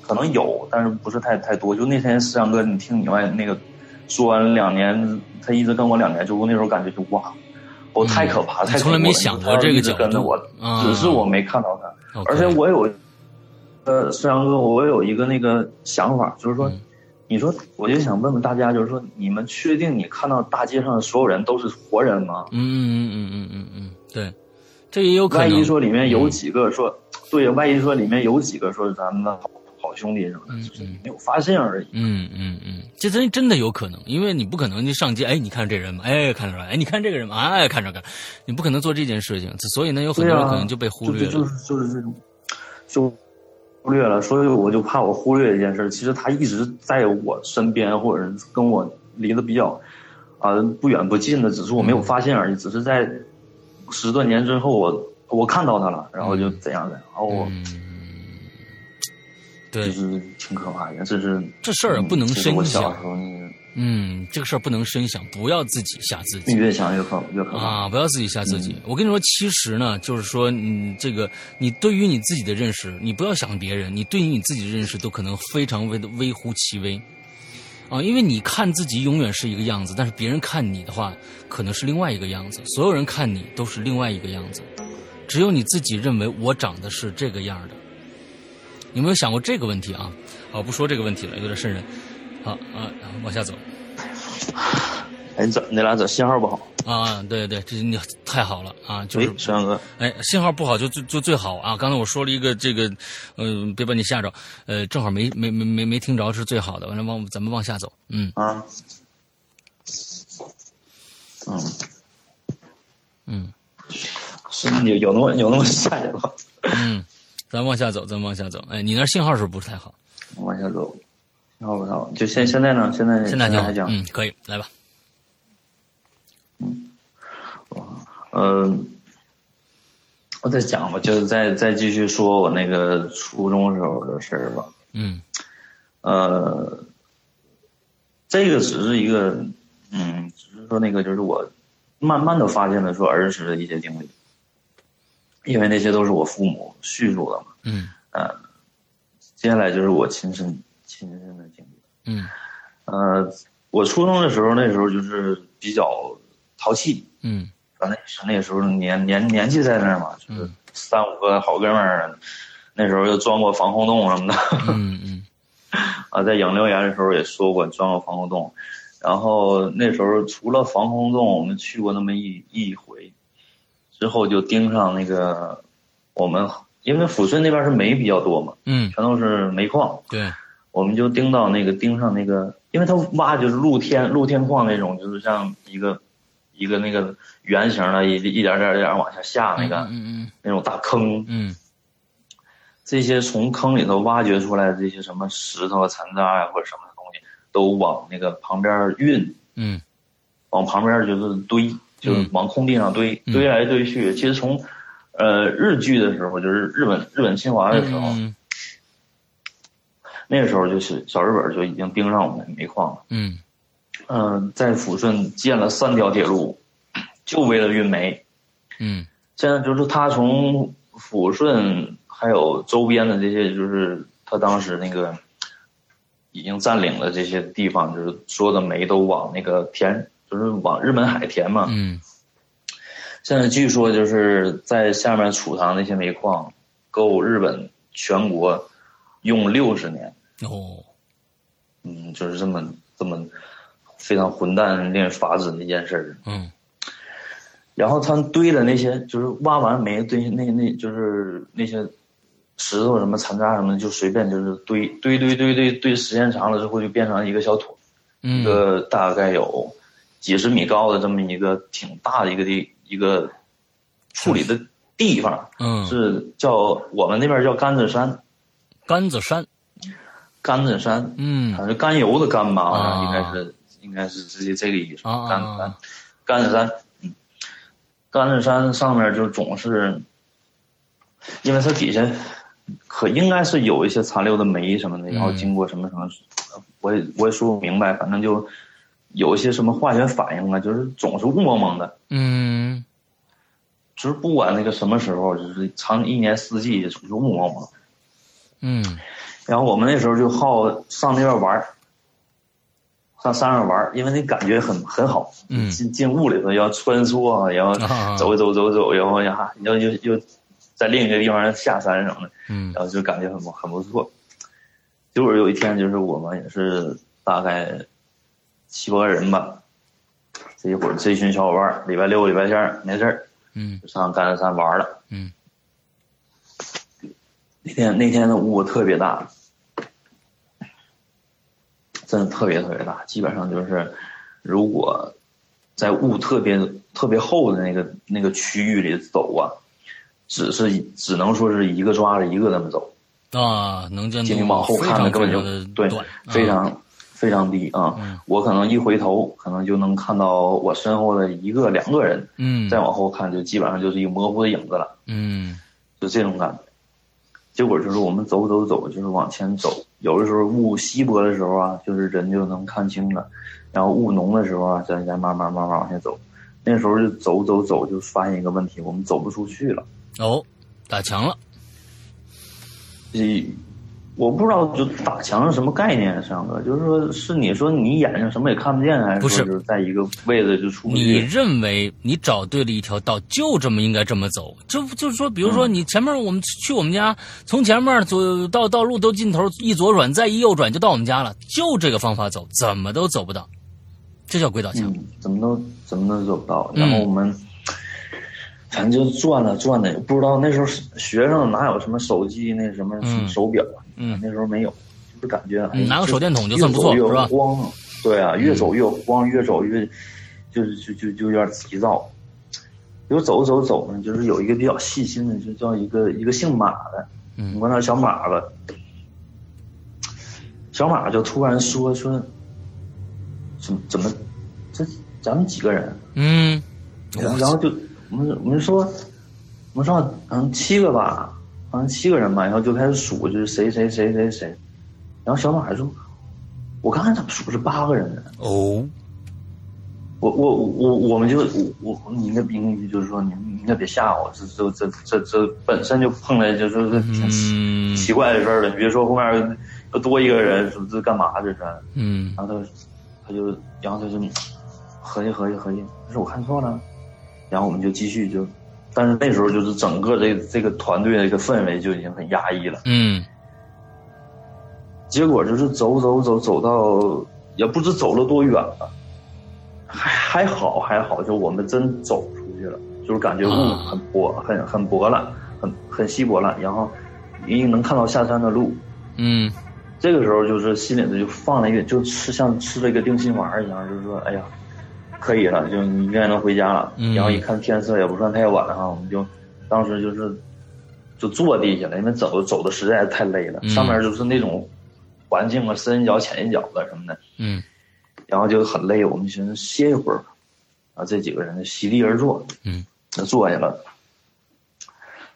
可能有，但是不是太太多。就那天思阳哥，你听你外那个说完两年，他一直跟我两年，就我那时候感觉就哇，我、太可怕，
嗯
太恐怖了
从来没想过这个角度
他一直跟着我，
啊
只是我没看到他。
，OK，
而且我有呃，孙杨哥，我有一个那个想法，就是
嗯
说，你说，我就想问问大家，就是说，你们确定你看到大街上的所有人都是活人吗？
嗯嗯嗯嗯嗯嗯，对，这也有可能。嗯
万一说里面有几个说，对，万一说里面有几个说咱们的好好兄弟什么的，就是没有发现而已。
嗯嗯嗯，这真真的有可能，因为你不可能就上街，哎，你看这人吗？哎，看出来，哎，你看这个人吗？哎，看着看，你不可能做这件事情，所以呢，有很
对
多
啊，
人可能就被忽略了。
就就是就是这种，就忽略了。所以我就怕我忽略一件事，其实他一直在我身边，或者是跟我离得比较啊、不远不近的，只是我没有发现
嗯
而已。只是在十多年之后我，我看到他了，然后就怎样的，然后我
嗯，
就
对，
是挺可怕的，这是
这事儿不能
嗯这是我
深
小
想
时候那
嗯，这个事儿不能深想，不要自己吓自己。
个越想越可越可怕。
啊，不要自己吓自己。我跟你说，其实呢，就是说，嗯，这个你对于你自己的认识，你不要想别人，你对于你自己的认识都可能非常微的微乎其微啊，因为你看自己永远是一个样子，但是别人看你的话，可能是另外一个样子。所有人看你都是另外一个样子，只有你自己认为我长得是这个样儿的。有没有想过这个问题啊？好，不说这个问题了，有点瘆人。好啊，往下走。
哎，你咋你俩咋信号不好？
啊，对对，这你太好了啊！就
喂，
是
沈阳哥，
哎，信号不好就就就最好啊！刚才我说了一个这个，嗯、别把你吓着，呃，正好没没没没没听着是最好的。完了往咱们往下走，嗯
啊，嗯。
嗯
是有有那么有那么晒吗？
嗯，咱往下走，咱往下走。哎，你那信号是不是太好？
往下走，然后然后就现现在呢？哎现在
现在挺好
还，讲，
嗯，可以，来吧。
嗯，我再讲吧，就是再再继续说我那个初中时候的事儿吧。
嗯
呃，这个只是一个，嗯，只是说那个就是我慢慢的发现了说儿时的一些经历，因为那些都是我父母叙述的嘛。
嗯
呃，接下来就是我亲身亲身的经历。
嗯
呃，我初中的时候，那时候就是比较淘气，
嗯
反正也是那时候年年年纪在那儿嘛，就是
嗯
三五个好哥们儿，那时候又钻过防空洞什么的
嗯嗯
啊，在养牛岩的时候也说过钻过防空洞，然后那时候除了防空洞，我们去过那么一一回，之后就盯上那个我们，因为抚顺那边是煤比较多嘛，
嗯，
全都是煤矿，
对，
我们就盯到那个盯上那个，因为他挖就是露天露天矿那种，就是像一个一个那个圆形的，一一点点一点往下下那个、
嗯
那种大坑，
嗯
这些从坑里头挖掘出来的这些什么石头啊、残渣呀、或者什么东西，都往那个旁边运，
嗯
往旁边就是堆，就是往空地上堆，
嗯
堆来堆去。其实从呃日据的时候，就是日本日本侵华的时候，
嗯
那时候就是小日本就已经盯上我们煤矿了。
嗯
嗯，在抚顺建了三条铁路，就为了运煤。
嗯
现在就是他从抚顺还有周边的这些，就是他当时那个已经占领了这些地方，就是所有的煤都往那个填，就是往日本海填嘛。
嗯
现在据说就是在下面储藏那些煤矿，够日本全国用六十年。
哦，
嗯，就是这么这么非常混蛋、令人发指的一件事儿。
嗯
然后他们堆的那些，就是挖完煤堆那那，就是那些石头什么残渣什么的，就随便就是堆堆堆堆堆堆，时间长了之后就变成一个小土，一
嗯
个大概有几十米高的这么一个挺大的一个地一个处理的地方，
嗯，
是叫我们那边叫甘子山，
甘子山，
甘子山，
嗯
反正甘油的甘吧，好像
啊
应该是应该是直接这个意思。
啊
甘甘甘子山，嗯，甘子山上面就总是，因为它底下可应该是有一些残留的煤什么
嗯
的，然后经过什么什么，我也我也说不明白，反正就有一些什么化学反应啊，就是总是雾蒙蒙的。
嗯
就是不管那个什么时候，就是长一年四季总是雾蒙蒙。
嗯
然后我们那时候就好上那边玩儿上山上玩儿因为那感觉很很好。
嗯
进进屋里头要穿梭啊，然后
啊
走一走走一走，然后呀，然后又又在另一个地方下山什么的，
嗯
然后就感觉很不很不错。结果有一天，就是我们也是大概七八个人吧，这一伙儿这一群小伙伴儿，礼拜六、礼拜天没事儿
嗯
就上甘山玩儿了。
嗯
那天那天的雾特别大，真的特别特别大，基本上就是如果在雾特别特别厚的那个那个区域里走啊，只是只能说是一个抓着一个那么走，
啊，能见
尽
度
力往后
非
看
常
的根本就
非常地
对
短，
非
啊
常、非常低啊、
嗯
我可能一回头，可能就能看到我身后的一个两个人，
嗯
再往后看就基本上就是一个模糊的影子了。
嗯
就这种感觉。结果就是我们走走走，就是往前走，有的时候雾稀薄的时候啊，就是人就能看清了；然后雾浓的时候啊，咱再慢慢慢慢往前走。那时候就走走走，就发现一个问题，我们走不出去了。
哦，打墙了，
这我不知道就打墙是什么概念，上哥，就是说是你说你眼睛什么也看不见，还
不
说
是
就是在一个位置就出不
你
去？
认为你找对了一条道，就这么应该这么走，就就是说，比如
嗯
说你前面我们去我们家，从前面左到道路都尽头，一左转再一右转就到我们家了，就这个方法走，怎么都走不到，这叫鬼打墙。
嗯，怎么都怎么都走不到。然后我们反正就转了转的，不知道那时候学生哪有什么手机那什么
嗯
手表啊，
嗯
那时候没有，就是感觉哎
嗯拿个手电筒就算不错
越走
是
越
吧嗯
慌，对啊，越走越慌，越走越就是就就就有点急躁。有走走走呢，就是有一个比较细心的，就叫一个一个姓马的，
嗯
我那小马子，小马就突然说说，怎么怎么，这咱们几个人，啊
嗯，
然后然后就我们我们说，我们说好像七个吧，好像七个人吧，然后就开始数，就是谁谁谁谁谁，然后小马说，我刚才怎么数是八个人呢？
哦，
我我我我们就我我你应该你应该就是说你你应该别吓我，这这这这这本身就碰来就是挺
嗯
奇怪的事儿了。你别说后面要多一个人，是不是干嘛这是？
嗯
然后他他就然后他就合计合计合计，他说我看错了，然后我们就继续就，但是那时候就是整个这这个团队的一个氛围就已经很压抑了。
嗯
结果就是走走走走到也不知走了多远了，还还好还好，就我们真走出去了，就是感觉雾
啊
很薄、很很薄了，很很稀薄了，然后隐隐能看到下山的路。
嗯
这个时候就是心里头就放了一个，就吃像吃了一个定心丸一样，就是说，哎呀，可以了，就你应该能回家了。
嗯
然后一看天色也不算太晚哈，我们就当时就是就坐地下了，因为走走的实在是太累了，
嗯
上面就是那种环境啊，深一脚浅一脚的什么的，
嗯
然后就很累，我们寻思歇一会儿吧，啊，这几个人就席地而坐，
嗯，
就坐下了，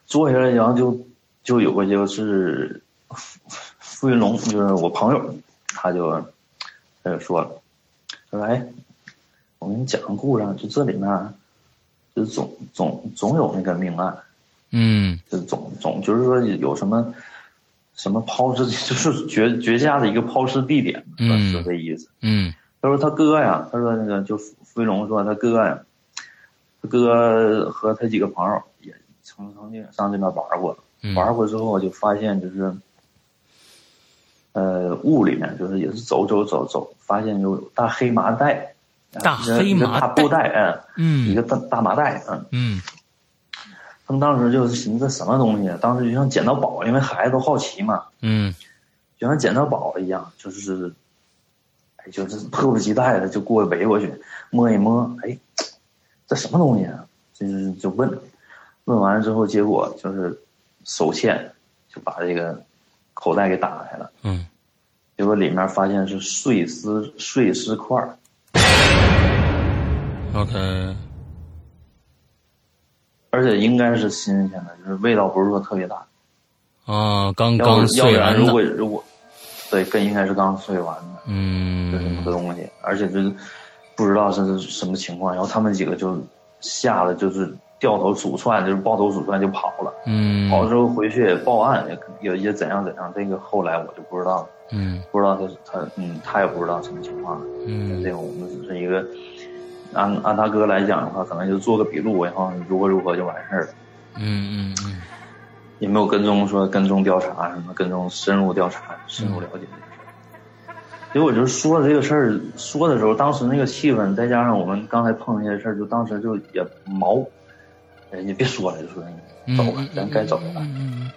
坐下来，然后就就有个就是傅傅云龙，就是我朋友，他就他就说了，他说哎，我给你讲个故事，啊，就这里面啊就总总总有那个命案，
嗯
就总总就是说有什么什么抛尸， 就是绝绝佳的一个抛尸地点，是吧
嗯
就这意思。
嗯
他说他哥呀，他说那个就傅云龙说他哥呀，他哥和他几个朋友也曾曾经上这边玩过，
嗯，
玩过之后就发现就是，呃，雾里面就是也是走走走走，发现有大黑麻袋，啊
大黑麻袋
一个大布袋，嗯，一
嗯
个大大麻袋，嗯，
嗯
他们当时就是寻思什么东西，当时就像捡到宝，因为孩子都好奇嘛，
嗯
就像捡到宝一样，就是，哎，就是迫不及待的就过去围过去摸一摸，哎，这什么东西啊？就是就问，问完了之后，结果就是手欠就把这个口袋给打开了，
嗯，
结果里面发现是碎尸碎尸块儿
OK，
而且应该是新鲜的，就是味道不是说特别大。
啊，刚
要
刚
不要不
碎
然
完
如
的
果，如果对，更应该是刚碎完的。就这么
嗯
个东西，而且就是不知道是什么情况，然后他们几个就吓得就是掉头鼠窜，就是抱头鼠窜就跑了，
嗯
跑了之后回去也报案，也也也怎样怎样，这个后来我就不知道了，
嗯
不知道他他嗯他也不知道什么情况，这
嗯
个我们只是一个按按他哥来讲的话，可能就做个笔录，然后如何如何就完事儿了。
嗯嗯嗯
也没有跟踪说跟踪调查什么，跟踪深入调查、深入了解这个事儿。所以我就说这个事儿，说的时候，当时那个气氛，再加上我们刚才碰那些事儿，就当时就也毛，人家别说了，就说你走吧，咱该走了。
嗯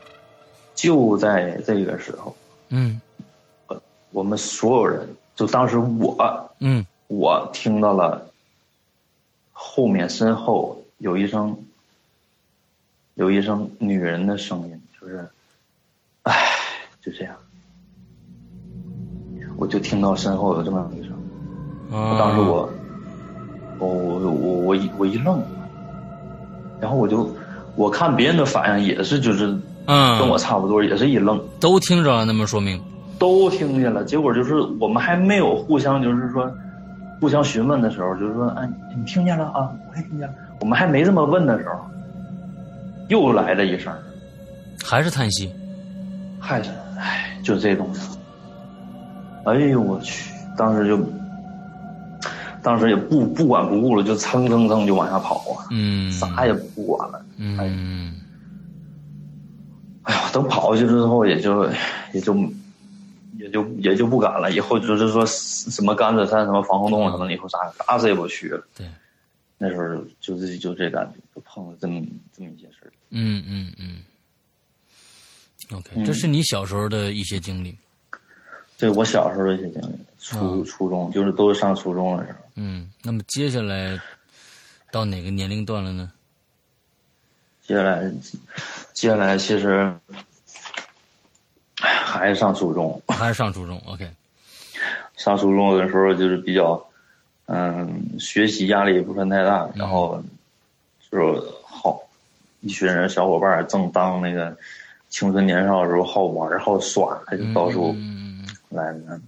就在这个时候，
嗯
我们所有人，就当时我
嗯
我听到了后面身后有一声有一声女人的声音，就是，唉，就这样。我就听到身后有这么一声，
嗯，啊
当时我，我我我我一我一愣，然后我就我看别人的反应也是就是
嗯
跟我差不多，也是一愣，
都听着了，那么说明，
都听见了。结果就是我们还没有互相就是说互相询问的时候，就是说，哎，你听见了啊？我也听见了。我们还没这么问的时候，又来了一声，
还是叹息，
还是哎，就这东西。哎呦我去！当时就，当时也不不管不顾了，就蹭蹭蹭就往下跑啊，
嗯，
啥也不管了。
嗯
哎呀，等跑过去之后，也就也就也就也就不敢了。以后就是说什么甘蔗山、什么防空洞什么的，以后啥啥谁也不去了。
对，
那时候就是就这感觉，就碰了这么这么一些事儿。
嗯嗯嗯，OK，
嗯
这是你小时候的一些经历，
这我小时候的一些经历，初、初中就是都是上初中的时候。
嗯，那么接下来到哪个年龄段了呢？
接下来，接下来其实哎还是上初中，
还是上初中？OK，
上初中的时候就是比较，嗯，学习压力也不算太
嗯
大，然后就是好一群人小伙伴儿正当那个青春年少的时候，好玩儿好耍，就到处
嗯
来呢。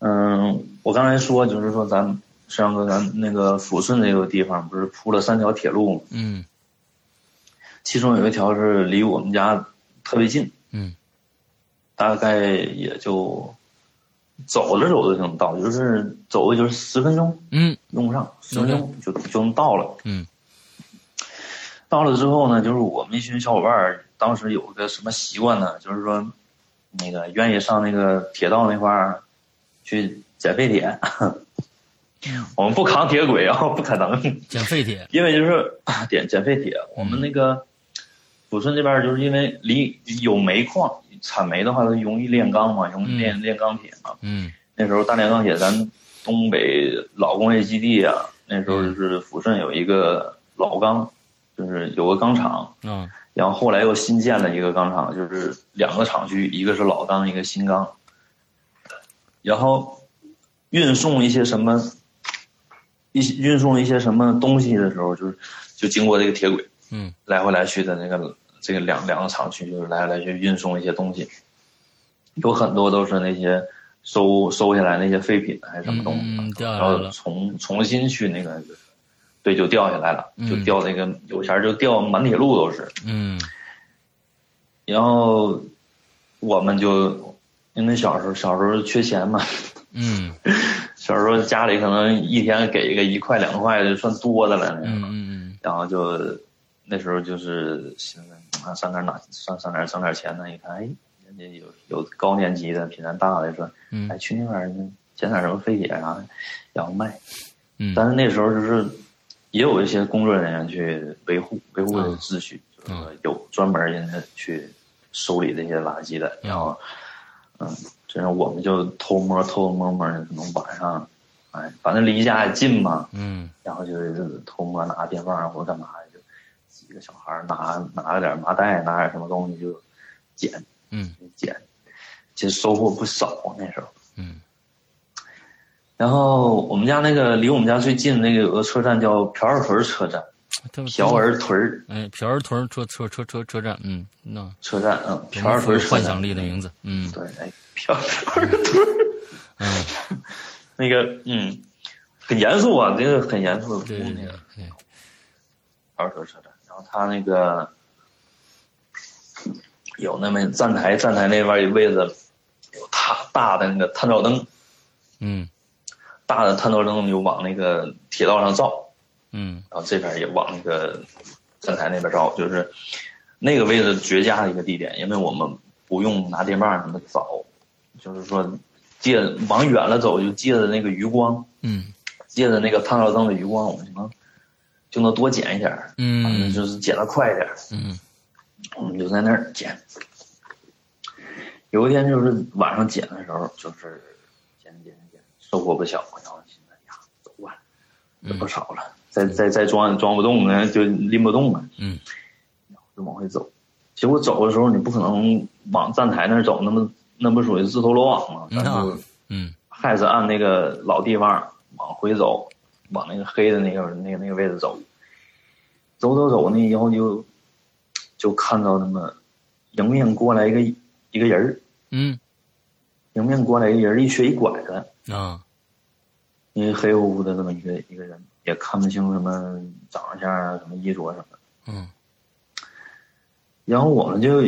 嗯，我刚才说就是说咱们上哥咱那个抚顺这个地方不是铺了三条铁路吗？
嗯
其中有一条是离我们家特别近，
嗯
大概也就走着走着就能到，就是走着就是十分钟
嗯
用不上，十分钟就就能到了。
嗯
到了之后呢，就是我们一群小伙伴儿当时有个什么习惯呢？就是说，那个愿意上那个铁道那块儿去捡废铁。 我们不扛铁轨啊，不可能。
捡废铁，
因为就是啊，捡捡废铁，我们那个抚顺这边儿就是因为离有煤矿，产煤的话它容易炼钢嘛，容易炼炼钢铁嘛。
嗯
那时候大炼钢铁，咱东北老工业基地啊，那时候就是抚顺有一个老钢，就是有个钢厂，
啊
然后后来又新建了一个钢厂，就是两个厂区，一个是老钢，一个新钢。然后运送一些什么，一些运送一些什么东西的时候，就是就经过这个铁轨，
嗯
来回来去的那个这个两两个厂区，就是来来去运送一些东西，有很多都是那些收收下来那些废品还是什么东西，
嗯嗯掉下
然
来了
后重重新去那个，对，就掉下来了，
嗯
就掉那个有钱儿就掉满铁路都是，
嗯
然后我们就因为小时候小时候缺钱嘛，
嗯
小时候家里可能一天给个一块两块就算多的了那种，
嗯嗯
然后就那时候就是寻思啊，上哪儿拿上上哪儿整点钱呢？一看，哎，人家有有高年级的比咱大的说，哎，
嗯
去那边儿捡点什么废铁啥的，然后卖。
嗯，
但是那时候就是也有一些工作人员去维护维护这个
啊
秩序，就是
啊
说有专门人家去收理这些垃圾的，然后嗯，这样我们就偷摸偷偷摸摸的，可能晚上，哎，反正离家也近嘛，
嗯
然后就是偷摸拿电棒或者干嘛的，就几个小孩儿拿拿着点麻袋，拿点什么东西就捡
嗯
捡，其实收获不少啊那时候。
嗯
然后我们家那个离我们家最近那个有个车站叫朴儿屯儿车站，
这
朴儿屯儿
哎，朴儿屯车车车车车站，嗯，那
车站，嗯，朴儿屯儿车站
幻想力的名字，嗯
对，哎，朴儿屯儿
嗯，
那个，嗯，很严肃啊，这个很严肃的
对对
那
对
个
对，
朴儿屯儿车站，然后他那个有那么站台，站台那边儿有位置有大大的那个探照灯，
嗯
大的探照灯就往那个铁道上照，
嗯
然后这边也往那个站台那边照，就是那个位置绝佳的一个地点，因为我们不用拿电棒什么找，就是说借往远了走，就借着那个余光，
嗯
借着那个探照灯的余光，我们就能就能多捡一点儿，反正
嗯
就是捡的快一点儿。
嗯
我们就在那儿捡。有一天就是晚上捡的时候，就是捡捡捡，收获不小。然后现在呀，都完了，这不少了，再再再装装不动呢，就拎不动了，
嗯
就往回走。结果走的时候，你不可能往站台那儿走，那不那不属于自投罗网吗？咱就
嗯
还是按那个老地方往回走，往那个黑的那个那个那个位置走，走走走呢，然后就就看到那么迎面过来一个一个人儿，
嗯
迎面过来一个人儿，一瘸一拐的，
啊
因为黑乎乎的这么一个一个人，也看不清什么长相啊，什么衣着什么的。
嗯
然后我们就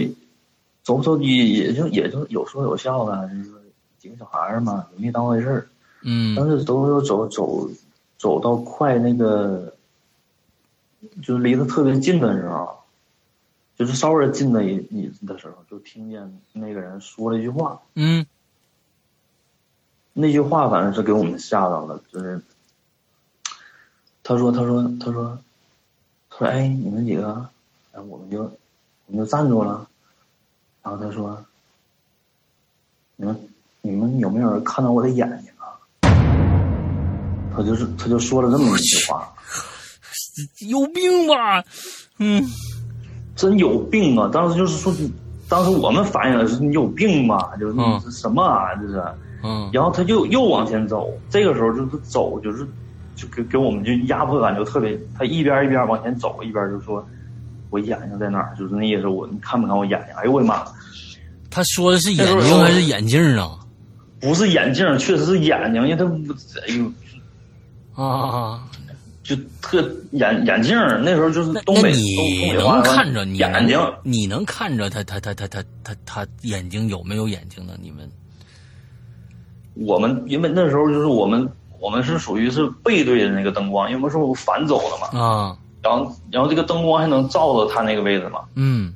走走也也就也就有说有笑的，就是说几个小孩儿嘛，也没当回事儿。
嗯
但是走走走走走到快那个，就是离得特别近的时候，就是稍微近的一你的时候，就听见那个人说了一句话。
嗯
那句话反正是给我们吓到了，就是他说他说他说他说哎你们几个，然后我们就我们就站住了，然后他说你们你们有没有人看到我的眼睛啊？他就是他就说了这么一句话，
有病吧？嗯
真有病啊！当时就是说，当时我们反应的是你有病吧？就是、
嗯
这什么啊？这是。
嗯
然后他就又往前走，这个时候就是走，就是就给给我们就压迫感就特别。他一边一边往前走，一边就说：“我眼睛在哪儿？”就是那意思，我你看没看我眼睛？哎呦我的妈！
他说的是眼睛还是眼镜啊？
不是眼镜，确实是眼睛，因为他不哎呦，
啊，
就特眼眼镜。那时候就是
那
东
那
北
你
东东北
能
话
看着你
眼睛，
你能看着他他他他他他他眼睛有没有眼睛呢？你们
我们因为那时候就是我们我们是属于是背对着那个灯光，因为我们是反走的嘛，
啊
然后然后这个灯光还能照到他那个位置嘛，
嗯，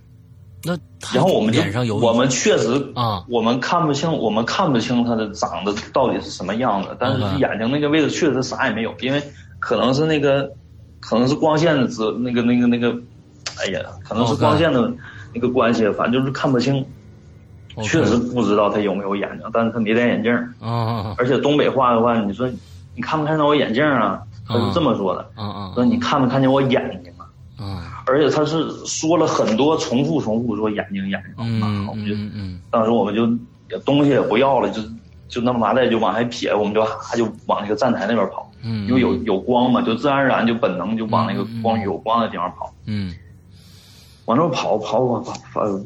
那他
然后我们就
脸上有
我们确实
啊
我们看不清我们看不清他的长得到底是什么样子，但
嗯
是眼睛那个位置确实啥也没有，因为可能是那个可能是光线的之那个那个那个，哎呀，可能是
OK
光线的那个关系，反正就是看不清，
哦
确实不知道他有没有眼睛，但是他没戴眼镜儿。
啊
而且东北话的话，你说你看没看到我眼镜儿啊？他是这么说的，
啊啊
说你看没看见我眼睛啊？
啊
而且他是说了很多重复重复说眼睛眼睛，啊
嗯
我们就
嗯嗯
当时我们就也东西也不要了，就就那么麻袋就往下撇，我们就哈就往那个站台那边跑，
嗯，
因为有有光嘛，就自然而然就本能就往那个光有光的地方跑，
嗯
往那跑跑跑跑跑，呃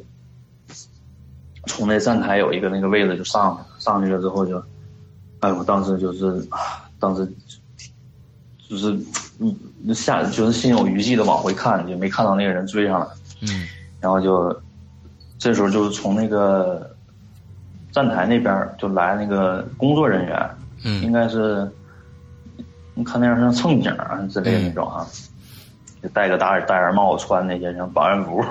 从那站台有一个那个位置就上去了，上去了之后就，哎呦，我当时就是，啊当时就是嗯下就是心有余悸的往回看，就没看到那个人追上来，
嗯
然后就这时候就是从那个站台那边儿就来那个工作人员，应
嗯
该是你看那样像乘警啊之类的
嗯
那种啊，就戴个大耳戴耳帽，穿那些像保安服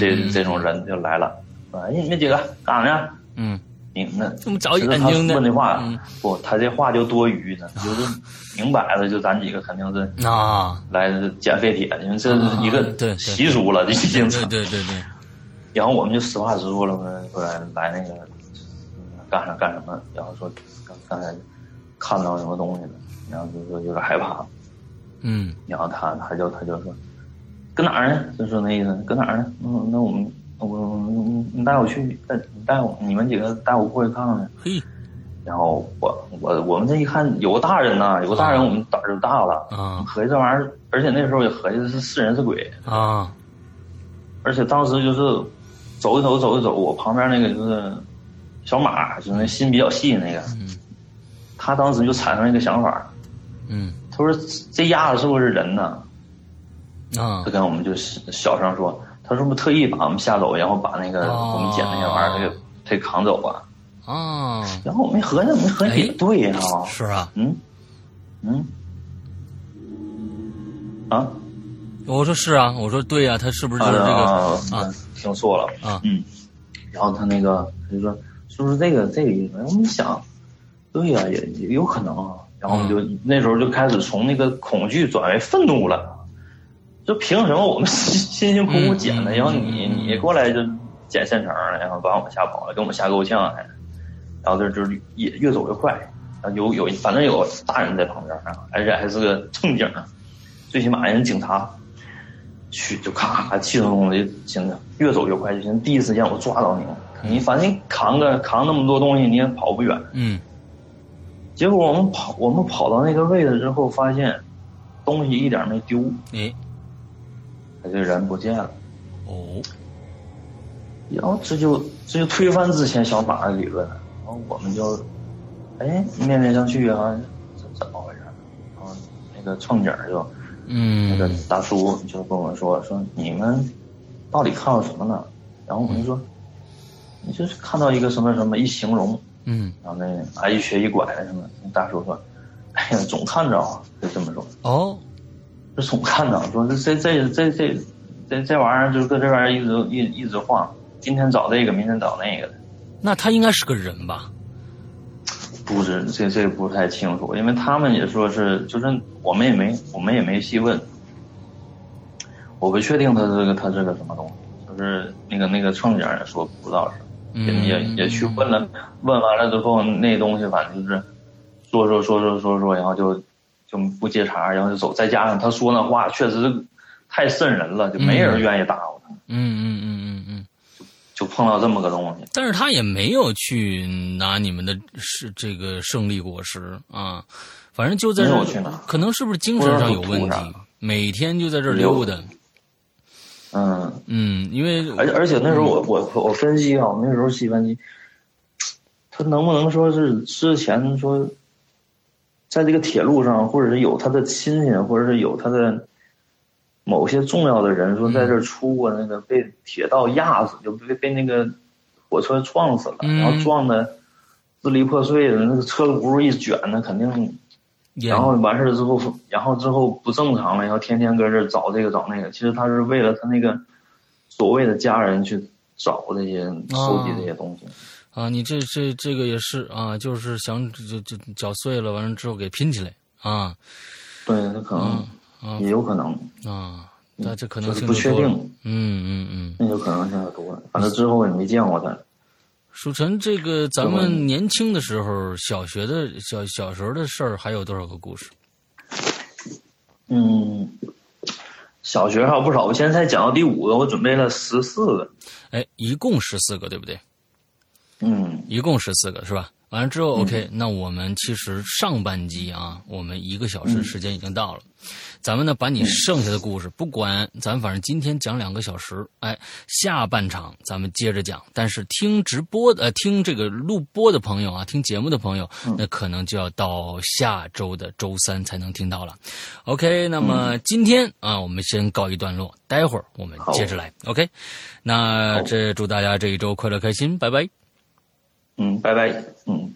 这
嗯
这种人就来了。说哎，你们几个干啥呢？
嗯，
你那
怎么找
其实
眼
他
睛呢？
问这话
嗯
不，他这话就多余的，就是明摆了，就咱几个肯定是
啊，
来捡废铁，因为这是一
啊
个
对对
习俗了，已经
对
成
对对对，
然后我们就实话实说了，我们说来来那个嗯干啥干什么，然后说刚刚才看到什么东西了，然后就说有点害怕，
嗯
然后他他就他就说搁哪儿呢？就说那意思搁哪儿呢？嗯，那我们我我你你带我去，带你带我你们几个带我过去看看呗。
嘿
然后我我我们这一看有个大人呐、有个大人，我们胆儿就大了。
啊
合计这玩意儿，而且那时候也合计是是人是鬼，
啊
而且当时就是走一走走一走，我旁边那个就是小马，就是那心比较细那个，
嗯
他当时就产生一个想法，
嗯
他说这丫头是不是人呢？
啊
他跟我们就小声说，他说不特意把我们吓走，然后把那个
哦
我们捡那些玩意儿他给他给扛走啊。
啊，
然后我没合计，没合计也
哎
对呀、啊，
是啊，
嗯嗯啊，
我说是啊，我说对呀、他是不是就是这个
啊
啊？
听错了
啊
嗯，然后他那个他就说是不是这个这个意思？然后我们想，对呀、也也有可能啊。然后我们就、
嗯
那时候就开始从那个恐惧转为愤怒了，就凭什么我们 辛辛辛苦苦捡的，
嗯嗯
然后你
嗯嗯
你过来就捡现成的，然后把我们吓跑了，给我们吓够呛还，然后这就是也越走越快，然后有有反正有大人在旁边啊，而且还是个正经儿，啊最起码人警察去就咔咔气冲冲的就寻思，越走越快，就寻思第一时间我抓到你，你反正扛个扛那么多东西你也跑不远。
嗯
结果我们跑我们跑到那个位置之后，发现东西一点没丢，
哎
他这人不见了。
哦
然后这就这就推翻之前小马的理论，然后我们就，哎，面面相觑啊，这怎么回事？然后那个乘警就那个
嗯
大叔就跟我说说你们到底看到什么了？然后我们就说，你就是看到一个什么什么一形容，
嗯
然后那啊一瘸一拐的什么，那大叔说， 哎呀总看着啊，就这么说，
哦
就总看着说这这这这这这这玩意儿就是搁这玩意儿一直一一直晃，今天找这个，明天找那个的。
那他应该是个人吧？
不知这这不太清楚，因为他们也说是，就是我们也没我们也没细问，我不确定他这个他是个什么东西，就是那个那个乘警也说不知道是，也
嗯
也也去问了，问完了之后那东西反正就是说说说说说说，然后就就不接茬，然后就走，再加上他说那话确实是太瘆人了，就没人愿意搭理他，
嗯嗯嗯嗯嗯，
就碰到这么个东西，
但是他也没有去拿你们的是这个胜利果实啊，反正就在这
没
儿
有去拿，
可能是不是精神上有问
不知道是
题
图，
每天就在这儿溜达。
嗯。
嗯，因为
而且而且那时候我我我分析啊，我那时候细分析，他能不能说是之前说，在这个铁路上，或者是有他的亲戚，或者是有他的某些重要的人，说在这儿出过那个被铁道压死，就被被那个火车撞死了，
嗯
然后撞的支离破碎的，那个车轱辘一卷，那肯定，
嗯也
然后完事儿之后，然后之后不正常了，然后天天搁这儿找这个找那个，其实他是为了他那个。所谓的家人去找这些、
哦
收集这些东西。
啊，你这这这个也是啊，就是想就就搅碎了，完了之后给拼起来啊
对，他可能、
啊
也有可能，
啊，那这可能
就是
性
不
就
确
多了
定，
嗯嗯嗯，
那有可能性就多了。反正之后也没见过他。
舒晨，这个咱
对
们年轻的时候，小学的小小时候的事儿，还有多少个故事？
嗯，小学还有不少，我现在才讲到第五个，我准备了十四个。
哎，一共十四个，对不对？
嗯，
一共十四个是吧？完了之后，OK，、那我们其实上半集啊，我们一个小时时间已经到了，咱们呢把你剩下的故事，不管咱反正今天讲两个小时，哎，下半场咱们接着讲。但是听直播的、呃，听这个录播的朋友啊，听节目的朋友，那可能就要到下周的周三才能听到了。OK，那么今天、啊，我们先告一段落，待会儿我们接着来。OK，那这祝大家这一周快乐开心，拜拜。
嗯，拜拜。嗯。